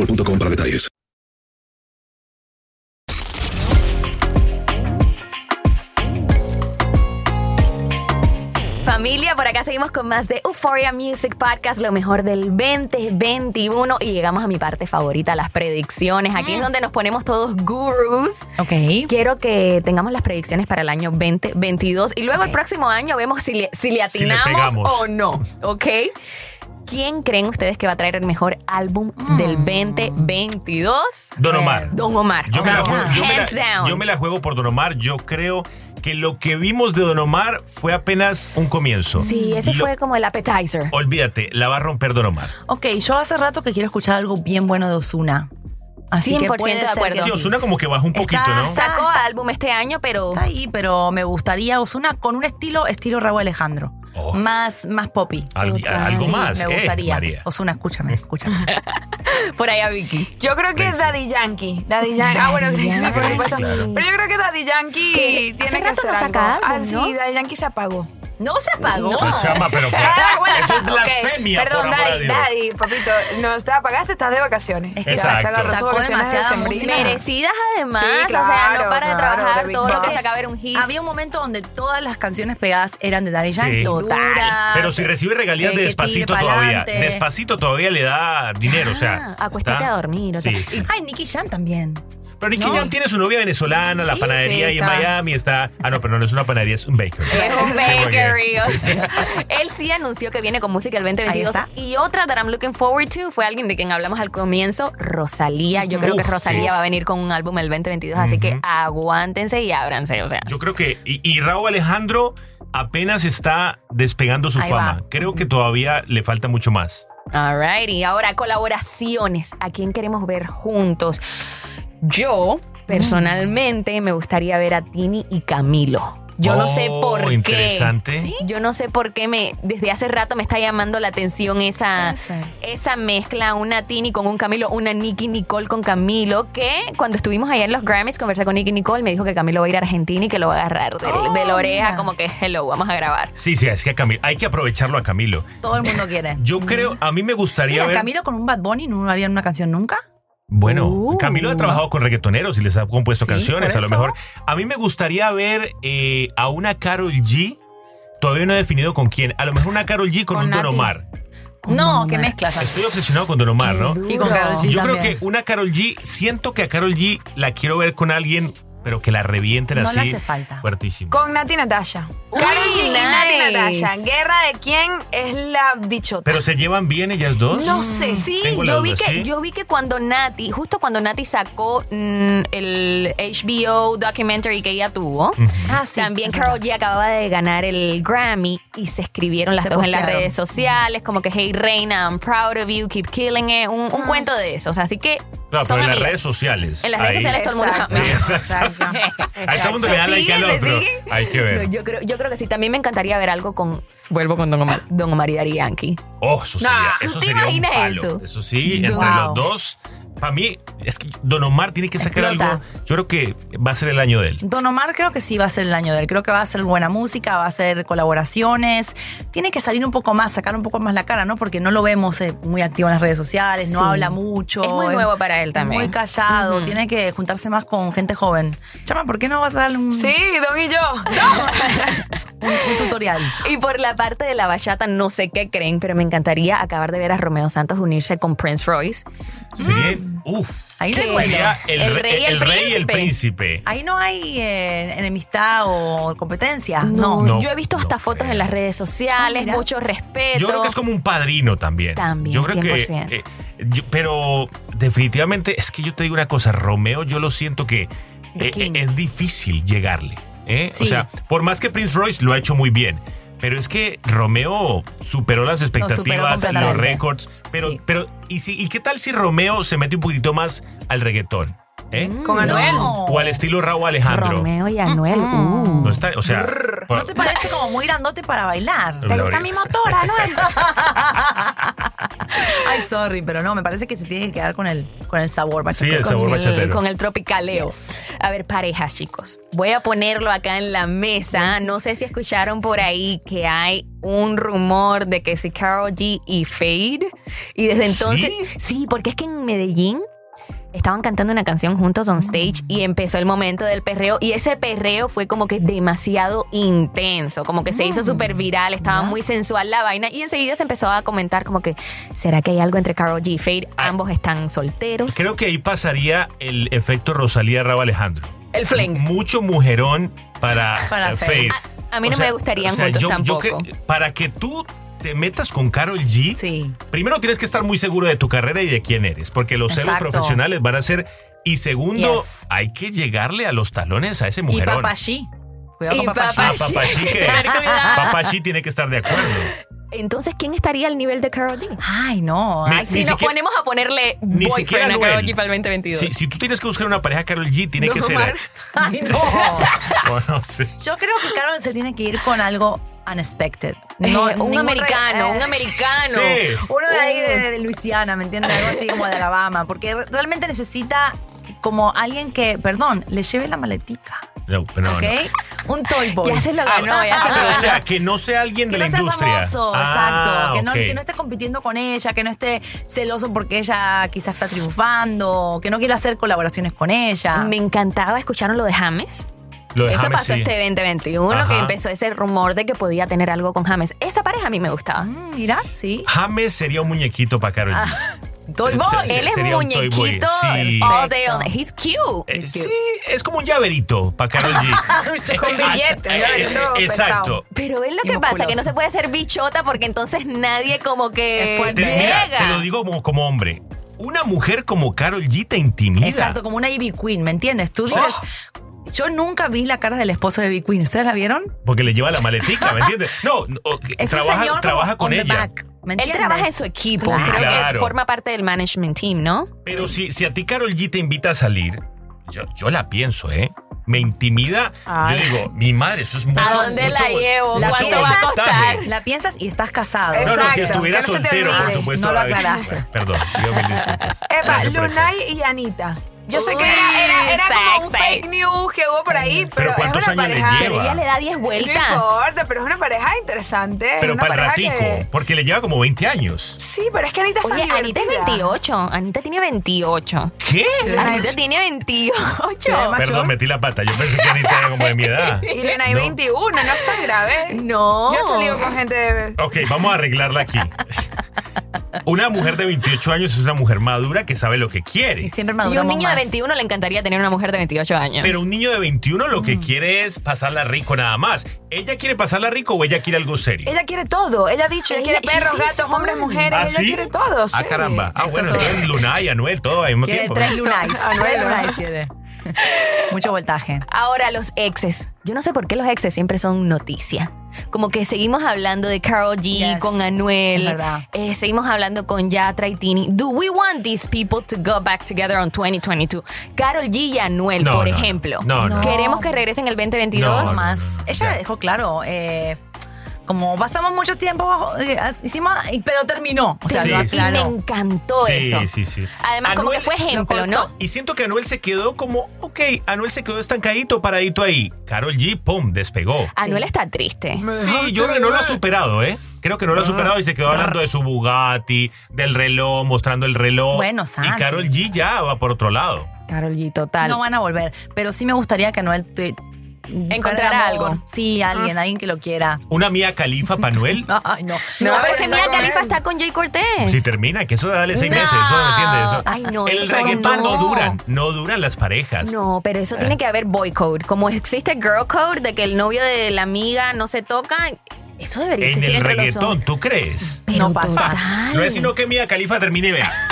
[SPEAKER 7] para detalles.
[SPEAKER 1] Familia, por acá seguimos con más de Euphoria Music Podcast, lo mejor del 2021. Y llegamos a mi parte favorita, las predicciones. Aquí
[SPEAKER 2] Mm.
[SPEAKER 1] es donde nos ponemos todos gurús.
[SPEAKER 2] Ok.
[SPEAKER 1] Quiero que tengamos las predicciones para el año 2022 y luego el próximo año vemos si le, si le
[SPEAKER 6] Si le
[SPEAKER 1] atinamos
[SPEAKER 6] pegamos.
[SPEAKER 1] o
[SPEAKER 3] *laughs*
[SPEAKER 1] no, ¿ok? ¿Quién creen ustedes que va a traer el mejor álbum del 2022?
[SPEAKER 3] Don Omar.
[SPEAKER 1] Don Omar.
[SPEAKER 3] Mm. Yo me, la juego, yo, me
[SPEAKER 1] Hands
[SPEAKER 3] la,
[SPEAKER 1] down.
[SPEAKER 3] yo me la juego por Don Omar. Yo creo que lo que vimos de Don Omar fue apenas un comienzo.
[SPEAKER 1] Sí, ese
[SPEAKER 3] Lo-
[SPEAKER 1] fue como el appetizer.
[SPEAKER 3] Olvídate, la va a romper Don Omar.
[SPEAKER 2] Ok, yo hace rato que quiero escuchar algo bien bueno de Osuna. Así que
[SPEAKER 1] 100%
[SPEAKER 2] puede
[SPEAKER 1] de
[SPEAKER 2] ser que
[SPEAKER 1] acuerdo.
[SPEAKER 3] Sí,
[SPEAKER 2] sí.
[SPEAKER 3] Osuna como que bajó un poquito,
[SPEAKER 2] Está-
[SPEAKER 3] ¿no?
[SPEAKER 1] Sacó álbum este año, pero.
[SPEAKER 2] Está ahí, pero me gustaría Osuna con un estilo, estilo Raúl Alejandro. Más, más poppy.
[SPEAKER 3] Oh. Al-
[SPEAKER 2] Total.
[SPEAKER 3] algo
[SPEAKER 2] Sí,
[SPEAKER 3] más,
[SPEAKER 2] Me
[SPEAKER 3] eh,
[SPEAKER 2] gustaría.
[SPEAKER 3] María.
[SPEAKER 2] Osuna, escúchame, escúchame.
[SPEAKER 1] *laughs* Por allá, Vicky.
[SPEAKER 4] Yo creo que Daddy Yankee. Daddy Yankee. Ah, bueno,
[SPEAKER 2] Daddy
[SPEAKER 4] sí, por
[SPEAKER 2] Yankee.
[SPEAKER 4] supuesto.
[SPEAKER 2] Claro.
[SPEAKER 4] Pero yo creo que Daddy Yankee
[SPEAKER 2] Que
[SPEAKER 4] tiene
[SPEAKER 2] hace
[SPEAKER 4] que
[SPEAKER 2] rato
[SPEAKER 4] ser
[SPEAKER 2] no
[SPEAKER 4] algo.
[SPEAKER 2] saca
[SPEAKER 4] ah,
[SPEAKER 2] álbum,
[SPEAKER 4] sí,
[SPEAKER 2] ¿no?
[SPEAKER 4] Daddy Yankee se apagó.
[SPEAKER 2] No se apagó.
[SPEAKER 3] No. Chama, pero-
[SPEAKER 4] Ah, bueno,
[SPEAKER 3] eso es
[SPEAKER 4] ok.
[SPEAKER 3] blasfemia,
[SPEAKER 4] Perdón,
[SPEAKER 3] por amor a
[SPEAKER 4] Daddy,
[SPEAKER 3] Dios.
[SPEAKER 4] Daddy, papito, no te apagaste, estás de vacaciones.
[SPEAKER 2] Es
[SPEAKER 1] que
[SPEAKER 4] Ya, se
[SPEAKER 1] Exacto.
[SPEAKER 4] agarró sus
[SPEAKER 1] sacó
[SPEAKER 4] vacaciones
[SPEAKER 1] demasiada
[SPEAKER 4] decembrinas.
[SPEAKER 1] música. Merecidas además,
[SPEAKER 4] Sí,
[SPEAKER 1] o sea, no
[SPEAKER 4] claro,
[SPEAKER 1] para de
[SPEAKER 4] claro,
[SPEAKER 1] trabajar
[SPEAKER 4] Big
[SPEAKER 1] todo lo que
[SPEAKER 4] Boss.
[SPEAKER 1] saca ver un hit.
[SPEAKER 2] Había un momento donde todas las canciones pegadas eran de Daddy Yankee.
[SPEAKER 3] Sí.
[SPEAKER 2] Total.
[SPEAKER 3] Pero si recibe regalías
[SPEAKER 2] eh,
[SPEAKER 3] de
[SPEAKER 2] que
[SPEAKER 3] despacito
[SPEAKER 2] tire
[SPEAKER 3] todavía.
[SPEAKER 2] pa'lante. Ah,
[SPEAKER 3] Despacito todavía le da dinero, o sea.
[SPEAKER 2] acuéstate
[SPEAKER 3] está-
[SPEAKER 2] a dormir,
[SPEAKER 3] Sí, sí.
[SPEAKER 2] Ay, Nicky Jam también.
[SPEAKER 3] Pero Nicky Jam tiene su novia venezolana, la
[SPEAKER 2] Sí,
[SPEAKER 3] panadería
[SPEAKER 2] sí,
[SPEAKER 3] ahí en
[SPEAKER 2] está.
[SPEAKER 3] Miami está. Ah, no, pero no es una panadería, es un bakery.
[SPEAKER 1] Es un bakery. o
[SPEAKER 3] Sí, sí.
[SPEAKER 1] sea, *laughs* Él sí anunció que viene con música el 2022.
[SPEAKER 2] Ahí
[SPEAKER 1] Y otra that I'm looking forward to fue alguien de quien hablamos al comienzo, Rosalía. Yo creo
[SPEAKER 3] Uf,
[SPEAKER 1] que Rosalía
[SPEAKER 3] sí.
[SPEAKER 1] va a venir con un álbum el 2022, así que aguántense y ábranse. O sea,
[SPEAKER 3] Yo creo que. Y, y Raúl Alejandro apenas está despegando su
[SPEAKER 1] Ahí
[SPEAKER 3] fama.
[SPEAKER 1] va.
[SPEAKER 3] Creo que todavía le falta mucho más.
[SPEAKER 1] alrighty. Ahora, colaboraciones. ¿A quién queremos ver juntos? Yo, personalmente, me gustaría ver a Tini y Camilo. Yo no sé
[SPEAKER 3] Oh,
[SPEAKER 1] por qué.
[SPEAKER 3] interesante.
[SPEAKER 1] Yo no sé por qué me, desde hace rato me está llamando la atención esa, esa mezcla, una Tini con un Camilo, una Nicky Nicole con Camilo, que cuando estuvimos allá en los Grammys, conversé con Nicky Nicole, me dijo que Camilo va a ir a Argentina y que lo va a agarrar del- de, la oreja, como que, hello, vamos a grabar.
[SPEAKER 3] Sí, sí, es que a Camilo, hay que aprovecharlo a Camilo.
[SPEAKER 2] Todo el mundo
[SPEAKER 3] *laughs*
[SPEAKER 2] quiere.
[SPEAKER 3] Yo creo, a mí me gustaría
[SPEAKER 2] Mira,
[SPEAKER 3] ver.
[SPEAKER 2] Camilo con un Bad Bunny no harían una canción nunca.
[SPEAKER 3] Bueno, Camilo ha trabajado con reggaetoneros y les ha compuesto
[SPEAKER 2] Uh. Sí,
[SPEAKER 3] canciones,
[SPEAKER 2] por
[SPEAKER 3] a lo
[SPEAKER 2] eso.
[SPEAKER 3] mejor. A mí me gustaría ver eh, a una Carol G. Todavía no he definido con quién. A lo mejor una Carol G con,
[SPEAKER 2] Con
[SPEAKER 3] un Don
[SPEAKER 2] Nati.
[SPEAKER 3] Omar.
[SPEAKER 2] No, que mezclas.
[SPEAKER 3] Estoy obsesionado con Don Omar, ¿no?
[SPEAKER 2] Y con Karol G
[SPEAKER 3] Yo creo
[SPEAKER 2] también.
[SPEAKER 3] que una Carol G, siento que a Carol G la quiero ver con alguien, pero que la revienten
[SPEAKER 4] No le
[SPEAKER 3] así.
[SPEAKER 4] hace falta.
[SPEAKER 3] Fuertísimo.
[SPEAKER 4] Con Nati Natasha. Karol G y Nati
[SPEAKER 1] nice.
[SPEAKER 4] Natasha. Guerra de quién es la bichota.
[SPEAKER 3] Pero se llevan bien ellas dos.
[SPEAKER 1] No sé, sí,
[SPEAKER 3] Tengo la
[SPEAKER 1] yo vi
[SPEAKER 3] duda,
[SPEAKER 1] que
[SPEAKER 3] ¿sí?
[SPEAKER 1] yo vi que cuando Nati, justo cuando Nati sacó mm, el HBO documentary que ella tuvo, también Carol G acababa de ganar el Grammy y se escribieron las
[SPEAKER 6] Se
[SPEAKER 1] dos en las
[SPEAKER 6] postearon.
[SPEAKER 1] redes sociales, como que hey reina, I'm proud of you, keep killing it, un, un cuento de esos, así que
[SPEAKER 3] Claro,
[SPEAKER 1] son
[SPEAKER 3] pero en las
[SPEAKER 1] amigas.
[SPEAKER 3] redes sociales.
[SPEAKER 1] En las redes
[SPEAKER 3] ahí-
[SPEAKER 1] sociales todo el mundo
[SPEAKER 3] Sí, exacto. Ahí todo el mundo
[SPEAKER 1] Se
[SPEAKER 3] le da like al
[SPEAKER 1] siguen, se
[SPEAKER 3] otro.
[SPEAKER 1] siguen.
[SPEAKER 3] Hay que ver.
[SPEAKER 1] No, yo, creo, yo creo que sí, también me encantaría ver algo con vuelvo con Don Omar, Don Omar y Daddy Yankee.
[SPEAKER 3] Oh, eso sería,
[SPEAKER 1] Nah,
[SPEAKER 3] eso
[SPEAKER 1] ¿tú te
[SPEAKER 3] sería un
[SPEAKER 1] imaginas
[SPEAKER 3] palo.
[SPEAKER 1] eso?
[SPEAKER 3] Eso, sí, entre
[SPEAKER 1] Wow.
[SPEAKER 3] los dos. Para mí, es que Don Omar tiene que sacar
[SPEAKER 2] Explota.
[SPEAKER 3] algo. Yo creo que va a ser el año de él.
[SPEAKER 2] Don Omar creo que sí va a ser el año de él. Creo que va a ser buena música, va a ser colaboraciones. Tiene que salir un poco más, sacar un poco más la cara, ¿no? Porque no lo vemos eh, muy activo en las redes sociales, no
[SPEAKER 1] Sí.
[SPEAKER 2] habla mucho.
[SPEAKER 1] Es muy nuevo para él
[SPEAKER 2] es
[SPEAKER 1] también.
[SPEAKER 2] Muy callado.
[SPEAKER 1] Ujú.
[SPEAKER 2] Tiene que juntarse más con gente joven. Chama, ¿por qué no vas a darle un,
[SPEAKER 4] Sí, Don y yo.
[SPEAKER 2] *laughs* un- un tutorial?
[SPEAKER 1] Y por la parte de la bachata, no sé qué creen, pero me encantaría acabar de ver a Romeo Santos unirse con Prince Royce.
[SPEAKER 3] Sería, uf,
[SPEAKER 2] Ahí le
[SPEAKER 3] sería el,
[SPEAKER 2] duele.
[SPEAKER 3] re- el rey y el príncipe.
[SPEAKER 2] Ahí no hay eh, enemistad o competencia. No.
[SPEAKER 3] No.
[SPEAKER 1] Yo he visto hasta fotos en las redes sociales, mucho respeto.
[SPEAKER 3] Yo creo que es como un padrino también.
[SPEAKER 1] También,
[SPEAKER 3] yo creo que.
[SPEAKER 1] 100%.
[SPEAKER 3] eh, yo- pero definitivamente, es que yo te digo una cosa, Romeo, yo lo siento que eh, eh, es difícil llegarle. ¿eh?
[SPEAKER 2] Sí.
[SPEAKER 3] O sea, por más que Prince Royce lo ha hecho muy bien. Pero es que Romeo superó las expectativas, los
[SPEAKER 2] completamente.
[SPEAKER 3] récords. Pero, pero, ¿y, si, ¿y qué tal si Romeo se mete un poquitito más al reggaetón? ¿Eh?
[SPEAKER 4] Con Anuel.
[SPEAKER 3] O al estilo Raúl Alejandro.
[SPEAKER 1] Romeo y Anuel. uh.
[SPEAKER 3] No está, o sea, por-
[SPEAKER 2] Mm. ¿No te parece como muy grandote para bailar?
[SPEAKER 3] ¿Te La gusta verdad. mi
[SPEAKER 2] motora, no? *laughs* Ay, sorry, pero no, me parece que se tiene que quedar con el, con el sabor bachatero.
[SPEAKER 3] el sabor
[SPEAKER 1] con
[SPEAKER 3] bachatero.
[SPEAKER 1] con el tropicaleo. A ver, parejas, chicos. Voy a ponerlo acá en la mesa. No sé si escucharon por ahí que hay un rumor de que si Carol G y Fade. Y desde entonces. ¿Sí? porque es que en Medellín. Estaban cantando una canción juntos on stage y empezó el momento del perreo y ese perreo fue como que demasiado intenso, como que se hizo súper viral, estaba muy sensual la vaina y enseguida se empezó a comentar como que, ¿será que hay algo entre Carol G y Fade? Ambos están solteros.
[SPEAKER 3] Creo que ahí pasaría el efecto Rosalía Raba Alejandro.
[SPEAKER 1] El fling.
[SPEAKER 3] Mucho mujerón para,
[SPEAKER 1] Para
[SPEAKER 3] eh,
[SPEAKER 1] Faye.
[SPEAKER 3] Faye.
[SPEAKER 1] A- a mí no me gustarían juntos tampoco.
[SPEAKER 3] que- para que tú te metas con Carol G, primero tienes que estar muy seguro de tu carrera y de quién eres, porque los celos
[SPEAKER 2] Exacto.
[SPEAKER 3] profesionales van a ser. Y segundo,
[SPEAKER 2] Yes.
[SPEAKER 3] hay que llegarle a los talones a ese
[SPEAKER 2] Y
[SPEAKER 3] mujerón.
[SPEAKER 2] papashi. Cuidado
[SPEAKER 1] Y
[SPEAKER 2] con papashi.
[SPEAKER 3] Ah, Papashi que-
[SPEAKER 1] Tener cuidado.
[SPEAKER 3] Papashi tiene que estar de acuerdo.
[SPEAKER 1] Entonces, ¿quién estaría al nivel de Carol G?
[SPEAKER 2] Ay, no.
[SPEAKER 3] Ni-
[SPEAKER 1] Ay,
[SPEAKER 3] *laughs*
[SPEAKER 1] si
[SPEAKER 3] ni
[SPEAKER 1] nos
[SPEAKER 3] siquiera-
[SPEAKER 1] ponemos a ponerle
[SPEAKER 3] ni
[SPEAKER 1] boyfriend
[SPEAKER 3] siquiera
[SPEAKER 1] a Karol
[SPEAKER 3] Anuel.
[SPEAKER 1] G para el 2022.
[SPEAKER 3] Si, si tú tienes que buscar una pareja, Carol G tiene
[SPEAKER 1] No,
[SPEAKER 3] que ser. eh,
[SPEAKER 1] Omar.
[SPEAKER 2] Ay,
[SPEAKER 3] *laughs*
[SPEAKER 2] no.
[SPEAKER 3] o no sé.
[SPEAKER 2] Yo creo que Carol se tiene que ir con algo unexpected.
[SPEAKER 1] Eh, un
[SPEAKER 2] ningún
[SPEAKER 1] americano,
[SPEAKER 2] re- eh,
[SPEAKER 1] un americano.
[SPEAKER 3] Sí. Oh.
[SPEAKER 2] Uno de ahí de, de Luisiana, ¿me entiendes? Algo así como de Alabama. Porque re- realmente necesita como alguien que, perdón, le lleve la maletica.
[SPEAKER 3] No, pero no,
[SPEAKER 2] ¿ok?
[SPEAKER 3] no. Ah,
[SPEAKER 2] Un toy boy.
[SPEAKER 1] Ya se lo ganó, ya se lo
[SPEAKER 3] O sea, que no sea alguien
[SPEAKER 2] que
[SPEAKER 3] de
[SPEAKER 2] no
[SPEAKER 3] la
[SPEAKER 2] sea
[SPEAKER 3] industria.
[SPEAKER 2] famoso,
[SPEAKER 3] Ah,
[SPEAKER 2] exacto. Que no,
[SPEAKER 3] ok.
[SPEAKER 2] que no esté compitiendo con ella, que no esté celoso porque ella quizás está triunfando, que no quiera hacer colaboraciones con ella.
[SPEAKER 1] Me encantaba, escucharon lo de James.
[SPEAKER 3] ah. Lo de
[SPEAKER 1] Eso
[SPEAKER 3] James,
[SPEAKER 1] pasó
[SPEAKER 3] sí.
[SPEAKER 1] este 2021 que
[SPEAKER 3] Ajá.
[SPEAKER 1] empezó ese rumor de que podía tener algo con James. Esa pareja a mí me gustaba.
[SPEAKER 3] Mm.
[SPEAKER 2] Mira, Mm, sí.
[SPEAKER 3] James sería un muñequito para Karol. G.
[SPEAKER 2] Toy
[SPEAKER 3] Se-
[SPEAKER 2] boy.
[SPEAKER 3] se-
[SPEAKER 1] Él es
[SPEAKER 3] sería un toy boy,
[SPEAKER 1] muñequito
[SPEAKER 3] sí.
[SPEAKER 1] all day on. He's cute.
[SPEAKER 3] Eh, sí, es como un llaverito para Karol
[SPEAKER 2] *laughs*
[SPEAKER 3] G.
[SPEAKER 1] Con billete,
[SPEAKER 3] Eh,
[SPEAKER 1] llaverito
[SPEAKER 3] eh, Exacto.
[SPEAKER 1] Pero es lo
[SPEAKER 2] Y
[SPEAKER 1] que pasa,
[SPEAKER 2] musculoso.
[SPEAKER 1] que no se puede ser bichota porque entonces nadie como que
[SPEAKER 3] Te- mira, te lo
[SPEAKER 1] llega.
[SPEAKER 3] digo como, como hombre. Una mujer como Carol G te intimida.
[SPEAKER 2] Exacto, como una Ivy Queen, ¿me entiendes? Tú dices,
[SPEAKER 3] Ah.
[SPEAKER 2] yo nunca vi la cara del esposo de Ivy Queen. ¿Ustedes la vieron?
[SPEAKER 3] Porque le lleva la maletica, ¿me entiendes? No, no, o-
[SPEAKER 2] *laughs* Es un
[SPEAKER 3] trabaja,
[SPEAKER 2] señor
[SPEAKER 3] trabaja con
[SPEAKER 2] on the
[SPEAKER 3] ella.
[SPEAKER 2] back, ¿me
[SPEAKER 1] Él
[SPEAKER 2] entiendes?
[SPEAKER 1] trabaja en su equipo.
[SPEAKER 3] Sí,
[SPEAKER 1] Pues Creo que
[SPEAKER 3] Ah, claro.
[SPEAKER 1] forma parte del management team, ¿no?
[SPEAKER 3] Pero si, si a ti Carol G te invita a salir, yo, yo la pienso, ¿eh? Me intimida.
[SPEAKER 2] Ay.
[SPEAKER 3] Yo digo, mi madre, eso es mucho.
[SPEAKER 2] Ah,
[SPEAKER 1] ¿A dónde
[SPEAKER 3] mucho
[SPEAKER 1] la
[SPEAKER 3] bol-
[SPEAKER 1] llevo?
[SPEAKER 3] mucho
[SPEAKER 1] ¿Cuánto va a
[SPEAKER 3] voltaje.
[SPEAKER 1] costar?
[SPEAKER 2] La piensas y estás casado.
[SPEAKER 3] No, no, si estuviera
[SPEAKER 2] que no se te
[SPEAKER 3] soltero, por
[SPEAKER 2] olvide.
[SPEAKER 3] supuesto.
[SPEAKER 2] No lo
[SPEAKER 3] ay,
[SPEAKER 2] aclaraste.
[SPEAKER 3] bueno, Perdón, yo me disculpo.
[SPEAKER 4] Epa,
[SPEAKER 3] Gracias por
[SPEAKER 4] Lunay y Anita. Yo sé que
[SPEAKER 1] Uy,
[SPEAKER 4] era, era- era como un
[SPEAKER 1] sexy.
[SPEAKER 4] fake news que hubo por ahí, pero, es
[SPEAKER 3] ¿cuántos
[SPEAKER 4] una
[SPEAKER 3] años le
[SPEAKER 4] pareja.
[SPEAKER 3] lleva? Pero ella le
[SPEAKER 1] da 10 vueltas.
[SPEAKER 4] No importa, pero es una pareja interesante.
[SPEAKER 3] Pero
[SPEAKER 4] una
[SPEAKER 3] para el
[SPEAKER 4] pareja
[SPEAKER 3] ratico,
[SPEAKER 4] que-
[SPEAKER 3] porque le lleva como 20 años.
[SPEAKER 4] Sí, pero es que Anita es tan
[SPEAKER 1] Oye, Anita es
[SPEAKER 4] divertida.
[SPEAKER 1] 28. Anita tiene 28.
[SPEAKER 3] ¿Qué?
[SPEAKER 1] Anita tiene 28.
[SPEAKER 3] Perdón, metí la pata. Yo pensé que Anita era como de mi edad.
[SPEAKER 4] Y Lunay
[SPEAKER 3] No.
[SPEAKER 4] 21, no es tan grave.
[SPEAKER 1] No.
[SPEAKER 4] Yo he salido con gente de...
[SPEAKER 3] Ok, vamos a arreglarla aquí. Una mujer de 28 años es una mujer madura que sabe lo que quiere.
[SPEAKER 2] Y siempre
[SPEAKER 1] Y un
[SPEAKER 2] maduramos
[SPEAKER 1] niño de
[SPEAKER 2] más.
[SPEAKER 1] 21 le encantaría tener una mujer de 28 años.
[SPEAKER 3] Pero un niño de 21 lo que quiere es pasarla rico nada más. ¿Ella quiere pasarla rico o ella quiere algo serio?
[SPEAKER 4] Ella quiere todo. Ella ha dicho, ella quiere
[SPEAKER 1] Ella-
[SPEAKER 4] perros,
[SPEAKER 1] she's
[SPEAKER 4] gatos,
[SPEAKER 1] fun.
[SPEAKER 4] hombres, mujeres.
[SPEAKER 3] ¿Ah,
[SPEAKER 4] ella
[SPEAKER 3] sí?
[SPEAKER 4] quiere todo.
[SPEAKER 3] Ah,
[SPEAKER 4] sí.
[SPEAKER 3] caramba. Ah, bueno, es Luna y Anuel, todo al mismo
[SPEAKER 2] Quiere
[SPEAKER 3] tiempo.
[SPEAKER 2] tres lunais. tres
[SPEAKER 4] Anuel.
[SPEAKER 2] lunais
[SPEAKER 1] *laughs*
[SPEAKER 2] quiere. Mucho voltaje.
[SPEAKER 1] Ahora, los exes. Yo no sé por qué los exes siempre son noticia. Como que seguimos hablando de Carol G
[SPEAKER 2] Yes,
[SPEAKER 1] con Anuel.
[SPEAKER 2] es verdad.
[SPEAKER 1] eh, seguimos hablando con Yatra y Tini. Do we want these people to go back together on 2022? Carol G y Anuel,
[SPEAKER 3] No,
[SPEAKER 1] por
[SPEAKER 3] no, no.
[SPEAKER 1] ejemplo.
[SPEAKER 3] No, no.
[SPEAKER 1] ¿Queremos que regresen el 2022?
[SPEAKER 3] No, no,
[SPEAKER 2] más.
[SPEAKER 3] no, no,
[SPEAKER 2] Ella
[SPEAKER 3] ya.
[SPEAKER 2] dejó claro, eh, como pasamos mucho tiempo, bajo- eh, as- hicimos, y- pero terminó. O sea,
[SPEAKER 3] Sí,
[SPEAKER 2] lo
[SPEAKER 3] sí.
[SPEAKER 1] Y me
[SPEAKER 2] aclaró.
[SPEAKER 1] encantó
[SPEAKER 3] Sí,
[SPEAKER 1] eso.
[SPEAKER 3] sí, sí.
[SPEAKER 1] Además, como que
[SPEAKER 3] Anuel
[SPEAKER 1] fue ejemplo,
[SPEAKER 2] lo
[SPEAKER 1] ¿no?
[SPEAKER 3] Y siento que Anuel se quedó como, ok, Anuel se quedó estancadito, paradito ahí. Carol G, pum, despegó.
[SPEAKER 1] Anuel está triste.
[SPEAKER 3] Sí, yo creo que no lo ha superado, ¿eh? Creo que no lo ha superado y se quedó hablando de su Bugatti, del reloj, mostrando el reloj.
[SPEAKER 2] Bueno,
[SPEAKER 3] Y
[SPEAKER 2] santo.
[SPEAKER 3] Carol G ya va por otro lado.
[SPEAKER 1] Carol G, total.
[SPEAKER 2] No van a volver. Pero sí me gustaría que Noel te-
[SPEAKER 1] Encontrara
[SPEAKER 2] buscara el amor.
[SPEAKER 1] algo.
[SPEAKER 2] Sí, alguien, alguien que lo quiera.
[SPEAKER 3] Una Mía Califa Panuel.
[SPEAKER 2] Ay, *laughs* no.
[SPEAKER 1] No, pero es que
[SPEAKER 4] está
[SPEAKER 1] Mia
[SPEAKER 4] con
[SPEAKER 1] Khalifa
[SPEAKER 4] él.
[SPEAKER 1] está con Jay Cortés.
[SPEAKER 3] Si termina, que eso dale seis
[SPEAKER 1] No.
[SPEAKER 3] meses, eso no entiende eso.
[SPEAKER 1] Ay, no,
[SPEAKER 3] El
[SPEAKER 1] eso
[SPEAKER 3] reggaetón
[SPEAKER 1] no.
[SPEAKER 3] no. duran, no duran las parejas.
[SPEAKER 1] No, pero eso
[SPEAKER 3] Ah.
[SPEAKER 1] tiene que haber boy code. Como existe girl code de que el novio de la amiga no se toca, eso debería
[SPEAKER 3] En
[SPEAKER 1] existir
[SPEAKER 3] el
[SPEAKER 1] entre los
[SPEAKER 3] reggaetón,
[SPEAKER 1] hombres.
[SPEAKER 3] ¿tú crees?
[SPEAKER 1] Pero
[SPEAKER 2] No pasa.
[SPEAKER 1] total.
[SPEAKER 3] No es sino que Mía Califa termine y vea.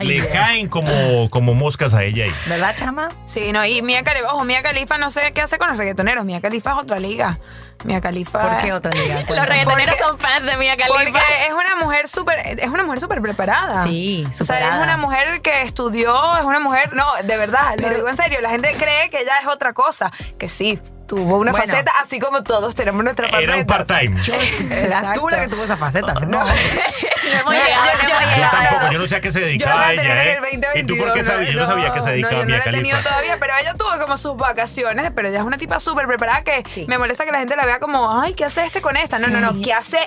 [SPEAKER 3] Le caen como, como moscas a ella ahí.
[SPEAKER 2] ¿Verdad, chama?
[SPEAKER 4] Sí, no, y Mia Khalifa, ojo, Mia Khalifa no sé qué hace con los reggaetoneros. Mía Khalifa es otra liga. Mía Khalifa.
[SPEAKER 2] ¿Por qué otra
[SPEAKER 4] *laughs*
[SPEAKER 2] liga?
[SPEAKER 1] Los
[SPEAKER 2] Cuéntame.
[SPEAKER 1] reggaetoneros son fans de Mia
[SPEAKER 4] Porque
[SPEAKER 1] Khalifa.
[SPEAKER 4] es una mujer súper, es una mujer súper preparada.
[SPEAKER 2] Sí,
[SPEAKER 4] O sea,
[SPEAKER 2] superada.
[SPEAKER 4] es una mujer que estudió, es una mujer, no, de verdad, lo digo en serio, la gente cree que ella es otra cosa, que sí, tuvo una
[SPEAKER 2] Bueno.
[SPEAKER 4] faceta,
[SPEAKER 2] *laughs*
[SPEAKER 4] así como todos tenemos nuestra faceta.
[SPEAKER 3] Era un part-time. Yo,
[SPEAKER 2] Serás tú la que tuvo esa faceta.
[SPEAKER 4] *laughs*
[SPEAKER 2] No.
[SPEAKER 1] No hemos
[SPEAKER 4] no,
[SPEAKER 1] llegado, no
[SPEAKER 4] yo-
[SPEAKER 1] hemos
[SPEAKER 4] yo-
[SPEAKER 1] llegado.
[SPEAKER 3] tampoco, yo no sé a qué se
[SPEAKER 4] Yo la
[SPEAKER 3] dedicaba
[SPEAKER 4] voy a tener
[SPEAKER 3] ella,
[SPEAKER 4] en
[SPEAKER 3] ¿eh?
[SPEAKER 4] el 2022.
[SPEAKER 3] ¿Y tú por qué sabías? Yo no sabía que se dedicaba
[SPEAKER 4] no,
[SPEAKER 3] a
[SPEAKER 4] yo
[SPEAKER 3] Mia
[SPEAKER 4] no la he tenido
[SPEAKER 3] Khalifa.
[SPEAKER 4] todavía, pero ella tuvo como sus vacaciones, pero ella es una tipa súper preparada que
[SPEAKER 2] Sí.
[SPEAKER 4] me molesta que la gente la vea como, ay, ¿qué hace este con esta? No, no, no, ¿qué hace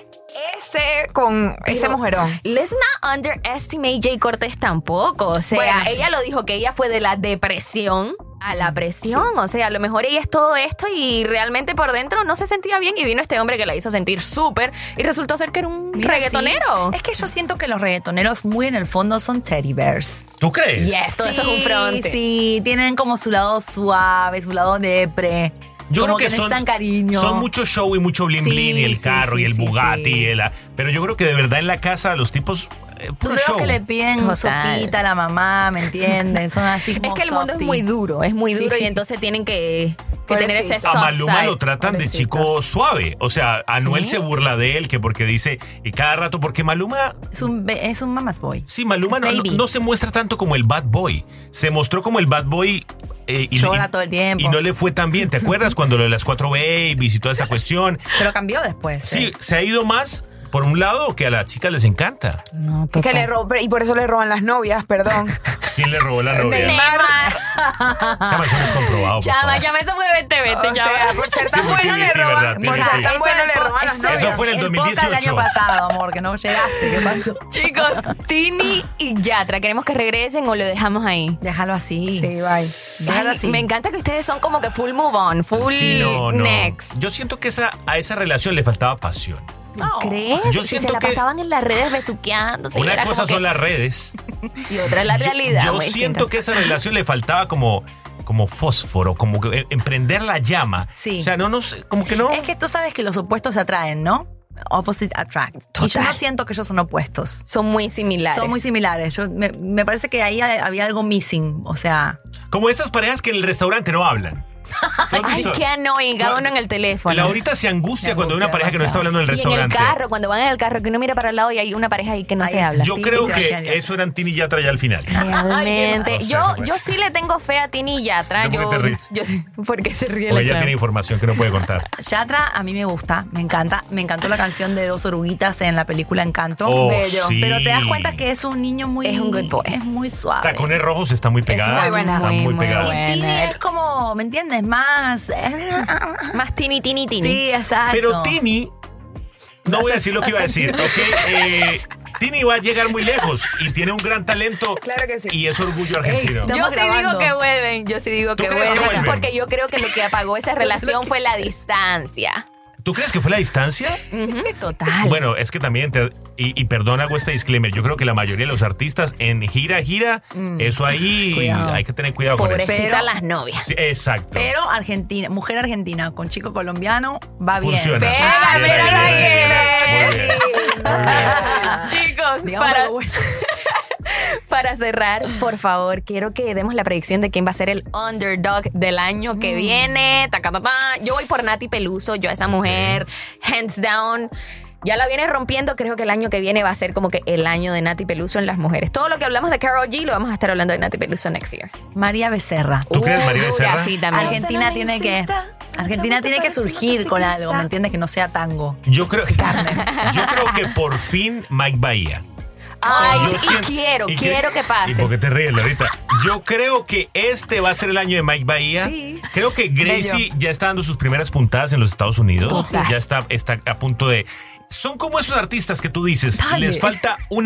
[SPEAKER 4] ese con ese
[SPEAKER 1] Pero
[SPEAKER 4] mujerón?
[SPEAKER 1] Let's not underestimate Jay Cortés tampoco. O sea,
[SPEAKER 4] Bueno, sí.
[SPEAKER 1] ella lo dijo que ella fue de la depresión a la presión. O sea, a lo mejor ella es todo esto y realmente por dentro no se sentía bien y vino este hombre que la hizo sentir súper y resultó ser que era un
[SPEAKER 2] Mira,
[SPEAKER 1] reggaetonero.
[SPEAKER 2] sí. Es que yo siento que los reggaetoneros muy en el fondo son teddy bears.
[SPEAKER 3] ¿Tú crees?
[SPEAKER 1] Yes, todo eso es un fronte.
[SPEAKER 2] Sí, tienen como su lado suave, su lado depre.
[SPEAKER 3] Yo
[SPEAKER 2] como
[SPEAKER 3] creo que, son,
[SPEAKER 2] necesitan cariño.
[SPEAKER 3] son mucho show y mucho bling
[SPEAKER 2] Sí,
[SPEAKER 3] bling y el
[SPEAKER 2] sí,
[SPEAKER 3] carro
[SPEAKER 2] sí,
[SPEAKER 3] y el
[SPEAKER 2] sí,
[SPEAKER 3] Bugatti.
[SPEAKER 2] sí.
[SPEAKER 3] y el- pero yo creo que de verdad en la casa los tipos... eh,
[SPEAKER 2] Yo
[SPEAKER 3] puro
[SPEAKER 2] creo
[SPEAKER 3] show.
[SPEAKER 2] que le piden
[SPEAKER 1] Total.
[SPEAKER 2] sopita a la mamá, ¿me entiendes? Son así
[SPEAKER 1] Es
[SPEAKER 2] como
[SPEAKER 1] que el mundo es
[SPEAKER 2] softy.
[SPEAKER 1] muy duro, es muy
[SPEAKER 2] Sí.
[SPEAKER 1] duro y entonces tienen que, que tener ese
[SPEAKER 4] Pobrecito.
[SPEAKER 1] soft
[SPEAKER 3] A Ah, Maluma
[SPEAKER 1] side.
[SPEAKER 3] lo tratan de
[SPEAKER 4] Pobrecitos.
[SPEAKER 3] chico suave. O sea, Anuel
[SPEAKER 1] ¿Sí?
[SPEAKER 3] se burla de él, que porque dice y cada rato, porque Maluma,
[SPEAKER 2] Es un, be- es un mamas boy.
[SPEAKER 3] sí, Maluma
[SPEAKER 2] Es
[SPEAKER 3] no, no-
[SPEAKER 2] baby.
[SPEAKER 3] no se muestra tanto como el bad boy. Se mostró como el bad boy. eh, y,
[SPEAKER 2] Llora
[SPEAKER 3] y-
[SPEAKER 2] todo el tiempo.
[SPEAKER 3] Y no le fue tan bien. ¿Te acuerdas cuando lo de las cuatro babies y toda esa cuestión?
[SPEAKER 2] Pero cambió después.
[SPEAKER 3] Sí,
[SPEAKER 2] ¿eh?
[SPEAKER 3] se ha ido más por un lado que a las chicas les encanta.
[SPEAKER 1] No,
[SPEAKER 4] Que le
[SPEAKER 1] total.
[SPEAKER 4] ro- y por eso le roban las novias, perdón.
[SPEAKER 3] ¿Quién le robó la novia?
[SPEAKER 1] Ah.
[SPEAKER 3] Chama, eso no es comprobado. por
[SPEAKER 1] Llama,
[SPEAKER 3] favor.
[SPEAKER 1] llama, eso fue vete, vete, pues,
[SPEAKER 4] O
[SPEAKER 1] llama.
[SPEAKER 4] sea, por ser tan
[SPEAKER 3] Sí,
[SPEAKER 4] bueno
[SPEAKER 3] Trinity,
[SPEAKER 4] le
[SPEAKER 3] ¿verdad?
[SPEAKER 4] roban. Por
[SPEAKER 3] Trinity.
[SPEAKER 4] ser tan bueno le roban las
[SPEAKER 2] Eso,
[SPEAKER 4] novias.
[SPEAKER 3] Eso fue en el
[SPEAKER 2] podcast del
[SPEAKER 3] 2018.
[SPEAKER 2] año pasado, amor, que no llegaste. ¿Qué pasó?
[SPEAKER 1] Chicos, Tini y Yatra, queremos que regresen o lo dejamos ahí.
[SPEAKER 2] Déjalo así.
[SPEAKER 1] Sí, bye.
[SPEAKER 2] Déjalo así.
[SPEAKER 1] Me encanta que ustedes son como que full move on, full
[SPEAKER 3] Sí, no, no.
[SPEAKER 1] next.
[SPEAKER 3] Yo siento que esa, a esa relación le faltaba pasión.
[SPEAKER 1] ¿Crees?
[SPEAKER 3] Yo
[SPEAKER 1] Si se
[SPEAKER 3] siento
[SPEAKER 1] la
[SPEAKER 3] que-
[SPEAKER 1] pasaban en las redes besuqueándose. y
[SPEAKER 3] Una
[SPEAKER 1] era
[SPEAKER 3] cosa
[SPEAKER 1] como
[SPEAKER 3] son
[SPEAKER 1] que-
[SPEAKER 3] las redes.
[SPEAKER 1] Y otra es la realidad.
[SPEAKER 3] Yo
[SPEAKER 1] muy
[SPEAKER 3] siento que a
[SPEAKER 1] distinta.
[SPEAKER 3] esa relación le faltaba como, como fósforo, como que eh, emprender la llama.
[SPEAKER 2] Sí.
[SPEAKER 3] O sea, no nos. Como que no.
[SPEAKER 2] Es que tú sabes que los opuestos se atraen, ¿no? Opposite attract. Y yo no siento que ellos son opuestos.
[SPEAKER 1] Son muy similares.
[SPEAKER 2] Son muy similares. Yo, me, me parece que ahí ha- había algo missing. O sea,
[SPEAKER 3] Como esas parejas que en el restaurante no hablan. ¿Tú has
[SPEAKER 1] *laughs* Ay,
[SPEAKER 3] visto?
[SPEAKER 1] qué annoying, cada uno en el teléfono.
[SPEAKER 3] Laurita se angustia cuando hay una pareja que no está hablando en el
[SPEAKER 1] y en el
[SPEAKER 3] restaurante.
[SPEAKER 1] carro, cuando van en el carro, que uno mira para el lado y hay una pareja ahí que no se habla.
[SPEAKER 3] Yo creo que eso eran Tini y Yatra ya al final.
[SPEAKER 2] *laughs*
[SPEAKER 1] Realmente.
[SPEAKER 3] No sé,
[SPEAKER 1] yo,
[SPEAKER 3] no puede
[SPEAKER 1] yo
[SPEAKER 3] ser.
[SPEAKER 1] sí le tengo fe a Tini y Yatra.
[SPEAKER 3] Pues.
[SPEAKER 1] Yo,
[SPEAKER 3] ¿Por qué te ríes?
[SPEAKER 1] yo sí- porque se ríe
[SPEAKER 3] Porque
[SPEAKER 1] la
[SPEAKER 3] ella
[SPEAKER 1] chava.
[SPEAKER 3] tiene información que no puede contar.
[SPEAKER 2] Yatra a mí me gusta, me encanta. Me encantó la canción de Dos Oruguitas en la película Encanto.
[SPEAKER 3] Oh, Bello. sí.
[SPEAKER 2] Pero te das cuenta que es un niño muy.
[SPEAKER 1] Es un good boy.
[SPEAKER 2] Es muy suave.
[SPEAKER 3] Tacones rojos está muy pegada.
[SPEAKER 2] muy buena.
[SPEAKER 3] Está muy,
[SPEAKER 1] Muy, muy
[SPEAKER 3] pegada.
[SPEAKER 1] buena.
[SPEAKER 2] Tini es como, ¿me entiendes? Más. eh, ah,
[SPEAKER 1] Más Tini, Tini, Tini.
[SPEAKER 2] Sí, exacto.
[SPEAKER 3] Pero Tini, no voy a decir lo que iba a decir, ¿ok? Eh, Tini va a llegar muy lejos y tiene un gran talento
[SPEAKER 4] Claro que sí.
[SPEAKER 3] y es orgullo argentino.
[SPEAKER 2] Ey,
[SPEAKER 1] Yo
[SPEAKER 2] Estamos
[SPEAKER 1] sí
[SPEAKER 2] grabando.
[SPEAKER 1] digo que vuelven, yo sí digo
[SPEAKER 3] ¿Tú
[SPEAKER 1] que
[SPEAKER 3] crees
[SPEAKER 1] vuelven,
[SPEAKER 3] que vuelven?
[SPEAKER 1] porque yo creo que lo que apagó
[SPEAKER 2] *laughs*
[SPEAKER 1] esa relación fue la distancia.
[SPEAKER 3] ¿Tú crees que fue la distancia?
[SPEAKER 1] Ujú, total.
[SPEAKER 3] Bueno, es que también, te- y, y perdón, hago este disclaimer, yo creo que la mayoría de los artistas en gira, gira, eso ahí
[SPEAKER 2] Cuidado.
[SPEAKER 3] hay que tener cuidado con eso.
[SPEAKER 1] Pobrecita
[SPEAKER 2] Pero- *laughs*
[SPEAKER 1] las novias.
[SPEAKER 3] Sí, exacto.
[SPEAKER 2] Pero Argentina, mujer argentina con chico colombiano, va
[SPEAKER 3] Funciona.
[SPEAKER 2] bien.
[SPEAKER 1] Pega,
[SPEAKER 3] Funciona,
[SPEAKER 1] pega,
[SPEAKER 3] bien, bien, bien. Muy bien.
[SPEAKER 1] Chicos,
[SPEAKER 2] Digamos
[SPEAKER 1] para,
[SPEAKER 2] algo bueno.
[SPEAKER 1] para cerrar, por favor, quiero que demos la predicción de quién va a ser el underdog del año que viene. Taca, ta, ta. Yo voy por Nati Peluso, yo a esa mujer, hands down. Ya la viene rompiendo, creo que el año que viene va a ser como que el año de Nati Peluso en las mujeres. Todo lo que hablamos de Carol G lo vamos a estar hablando de Nati Peluso next year.
[SPEAKER 2] María Becerra.
[SPEAKER 3] ¿Tú crees, María
[SPEAKER 1] Uy, dura,
[SPEAKER 3] Becerra?
[SPEAKER 1] Sí, también.
[SPEAKER 2] Argentina tiene que. Argentina tiene que surgir con algo, ¿me entiendes? Que no sea tango.
[SPEAKER 3] Yo creo, yo creo que por fin Mike Bahía.
[SPEAKER 1] Ay,
[SPEAKER 3] Yo
[SPEAKER 1] sí,
[SPEAKER 3] siento-
[SPEAKER 1] y quiero,
[SPEAKER 3] y
[SPEAKER 1] quiero que,
[SPEAKER 3] ¿Y
[SPEAKER 1] pase.
[SPEAKER 3] por qué te ríes, Lorita? Yo creo que este va a ser el año de Mike Bahía.
[SPEAKER 2] Sí.
[SPEAKER 3] Creo que Gracie ya está dando sus primeras puntadas en los Estados Unidos.
[SPEAKER 1] Total.
[SPEAKER 3] Ya está, está a punto de. Son como esos artistas que tú dices,
[SPEAKER 2] Dale.
[SPEAKER 3] les falta un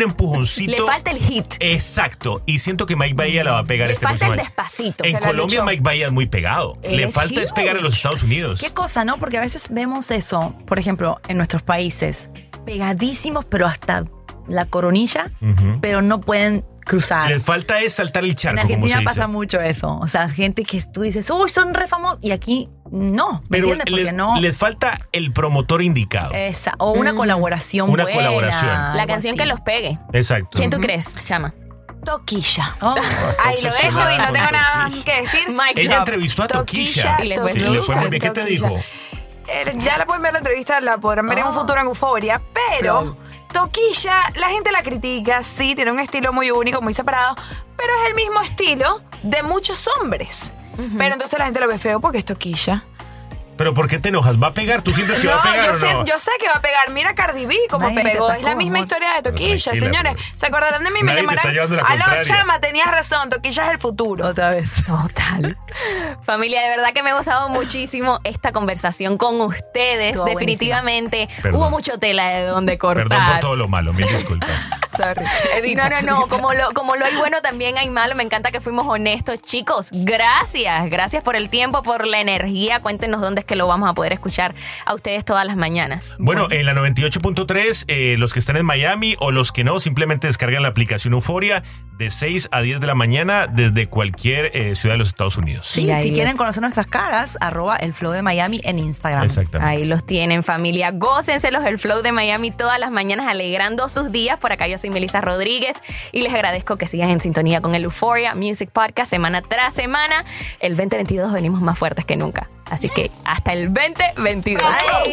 [SPEAKER 1] *laughs*
[SPEAKER 3] empujoncito.
[SPEAKER 1] Le falta el hit.
[SPEAKER 3] Exacto. Y siento que Mike Bahía la va a pegar
[SPEAKER 1] Le
[SPEAKER 3] este
[SPEAKER 1] falta
[SPEAKER 3] próximo
[SPEAKER 1] el
[SPEAKER 3] año.
[SPEAKER 1] despacito.
[SPEAKER 3] En
[SPEAKER 1] Se la
[SPEAKER 3] Colombia
[SPEAKER 1] luchó.
[SPEAKER 3] Mike Bahía es muy pegado. Le
[SPEAKER 1] Es
[SPEAKER 3] falta es pegar a los
[SPEAKER 1] huge.
[SPEAKER 3] Estados Unidos.
[SPEAKER 2] Qué cosa, ¿no? Porque a veces vemos eso, por ejemplo, en nuestros países, pegadísimos, pero hasta la coronilla,
[SPEAKER 3] Ujú.
[SPEAKER 2] pero no pueden cruzar.
[SPEAKER 3] Les falta es saltar el
[SPEAKER 2] En
[SPEAKER 3] charco, como se
[SPEAKER 2] Argentina
[SPEAKER 3] dice.
[SPEAKER 2] pasa mucho eso. O sea, gente que tú dices, uy, son re famosos. Y aquí no, ¿me
[SPEAKER 3] Pero
[SPEAKER 2] entiendes? Porque
[SPEAKER 3] les,
[SPEAKER 2] no. Eh.
[SPEAKER 3] les falta el promotor indicado.
[SPEAKER 2] Esa, o una
[SPEAKER 1] Mm.
[SPEAKER 2] colaboración
[SPEAKER 3] Una
[SPEAKER 2] buena,
[SPEAKER 3] colaboración. La
[SPEAKER 1] La
[SPEAKER 2] algo
[SPEAKER 1] canción
[SPEAKER 2] así.
[SPEAKER 1] que los pegue.
[SPEAKER 3] Exacto.
[SPEAKER 1] ¿Quién tú crees, chama?
[SPEAKER 4] Toquilla.
[SPEAKER 3] *laughs*
[SPEAKER 2] Oh,
[SPEAKER 4] Ahí lo dejo y no tengo nada más que decir.
[SPEAKER 1] Mike
[SPEAKER 3] Ella
[SPEAKER 1] Job.
[SPEAKER 3] entrevistó a Toquilla.
[SPEAKER 4] Toquilla,
[SPEAKER 1] Y le fue
[SPEAKER 3] Sí,
[SPEAKER 1] súper,
[SPEAKER 3] le fue muy bien. ¿Qué te
[SPEAKER 4] Toquilla.
[SPEAKER 3] dijo?
[SPEAKER 4] Eh, ya la pueden ver la entrevista, la podrán ver en un
[SPEAKER 2] Oh.
[SPEAKER 4] futuro en Euforia, pero Toquilla, la gente la critica, sí, tiene un estilo muy único, muy separado, pero es el mismo estilo de muchos hombres. Pero entonces la gente lo ve feo porque es Toquilla.
[SPEAKER 3] ¿Pero por qué te enojas? ¿Va a pegar? ¿Tú sientes que va a pegar
[SPEAKER 4] yo,
[SPEAKER 3] o no?
[SPEAKER 4] sé, yo sé que va a pegar. Mira Cardi B como
[SPEAKER 2] Nadie te
[SPEAKER 4] pegó.
[SPEAKER 2] atacó,
[SPEAKER 4] es la misma
[SPEAKER 2] amor.
[SPEAKER 4] historia de Toquilla,
[SPEAKER 3] Pero tranquila,
[SPEAKER 4] señores.
[SPEAKER 3] pues.
[SPEAKER 4] ¿Se acordarán de mí?
[SPEAKER 3] Nadie te
[SPEAKER 4] Me
[SPEAKER 3] está llevando la
[SPEAKER 4] llamarán. Aló,
[SPEAKER 3] contraria".
[SPEAKER 4] chama, tenías razón. Toquilla es el futuro.
[SPEAKER 2] Otra vez.
[SPEAKER 1] Total. Familia, de verdad que me ha gustado muchísimo esta conversación con ustedes.
[SPEAKER 2] Estuvo buenísima.
[SPEAKER 1] Definitivamente
[SPEAKER 3] Perdón.
[SPEAKER 1] hubo mucho tela de donde cortar.
[SPEAKER 3] Perdón por todo lo malo, mil
[SPEAKER 4] *laughs*
[SPEAKER 3] disculpas.
[SPEAKER 4] *laughs* Sorry.
[SPEAKER 1] No,
[SPEAKER 4] Edita.
[SPEAKER 1] no, no, como lo, como lo hay bueno también hay malo, me encanta que fuimos honestos, chicos, gracias, gracias por el tiempo, por la energía, cuéntenos dónde es que lo vamos a poder escuchar a ustedes todas las mañanas.
[SPEAKER 3] Bueno, en la 98.3, eh, los que están en Miami o los que no, simplemente descargan la aplicación Euforia de 6 a 10 de la mañana desde cualquier eh, ciudad de los Estados Unidos.
[SPEAKER 2] Sí,
[SPEAKER 1] Y ahí
[SPEAKER 2] si
[SPEAKER 1] le-
[SPEAKER 2] quieren conocer nuestras caras, arroba el flow de Miami en Instagram.
[SPEAKER 3] Exactamente.
[SPEAKER 1] Ahí los tienen, familia. Gócenselos el flow de Miami todas las mañanas, alegrando sus días. Por acá yo soy Melissa Rodríguez y les agradezco que sigan en sintonía con el Euphoria Music Podcast semana tras semana. El 2022 venimos más fuertes que nunca. Así que hasta el 2022.
[SPEAKER 2] Ay.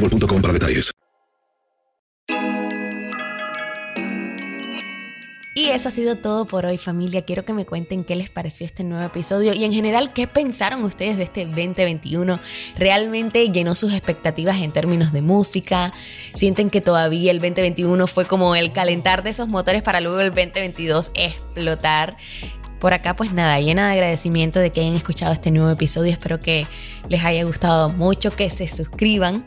[SPEAKER 7] para detalles.
[SPEAKER 1] Y eso ha sido todo por hoy familia. Quiero que me cuenten qué les pareció este nuevo episodio y en general qué pensaron ustedes de este 2021. ¿Realmente llenó sus expectativas en términos de música? ¿Sienten que todavía el 2021 fue como el calentar de esos motores para luego el 2022 explotar? Por acá pues nada, llena de agradecimiento de que hayan escuchado este nuevo episodio. Espero que les haya gustado mucho, que se suscriban.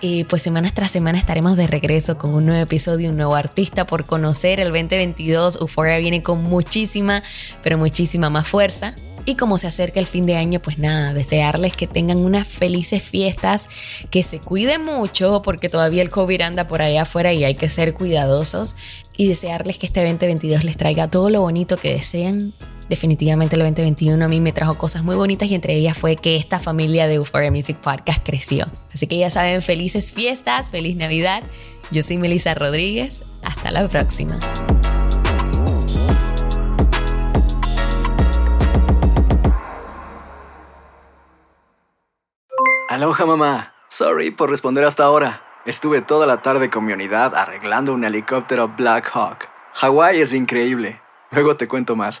[SPEAKER 1] Y pues semanas tras semana estaremos de regreso con un nuevo episodio, un nuevo artista por conocer. El 2022 Euphoria viene con muchísima, pero muchísima más fuerza. Y como se acerca el fin de año, pues nada, desearles que tengan unas felices fiestas, que se cuiden mucho, porque todavía el COVID anda por allá afuera y hay que ser cuidadosos. Y desearles que este 2022 les traiga todo lo bonito que desean. Definitivamente el 2021 a mí me trajo cosas muy bonitas y entre ellas fue que esta familia de Euphoria Music Podcast creció. Así que ya saben, felices fiestas, feliz Navidad. Yo soy Melissa Rodríguez. Hasta la próxima.
[SPEAKER 8] Aloha mamá. Sorry por responder hasta ahora. Estuve toda la tarde con mi unidad arreglando un helicóptero Black Hawk. Hawái es increíble. Luego te cuento más.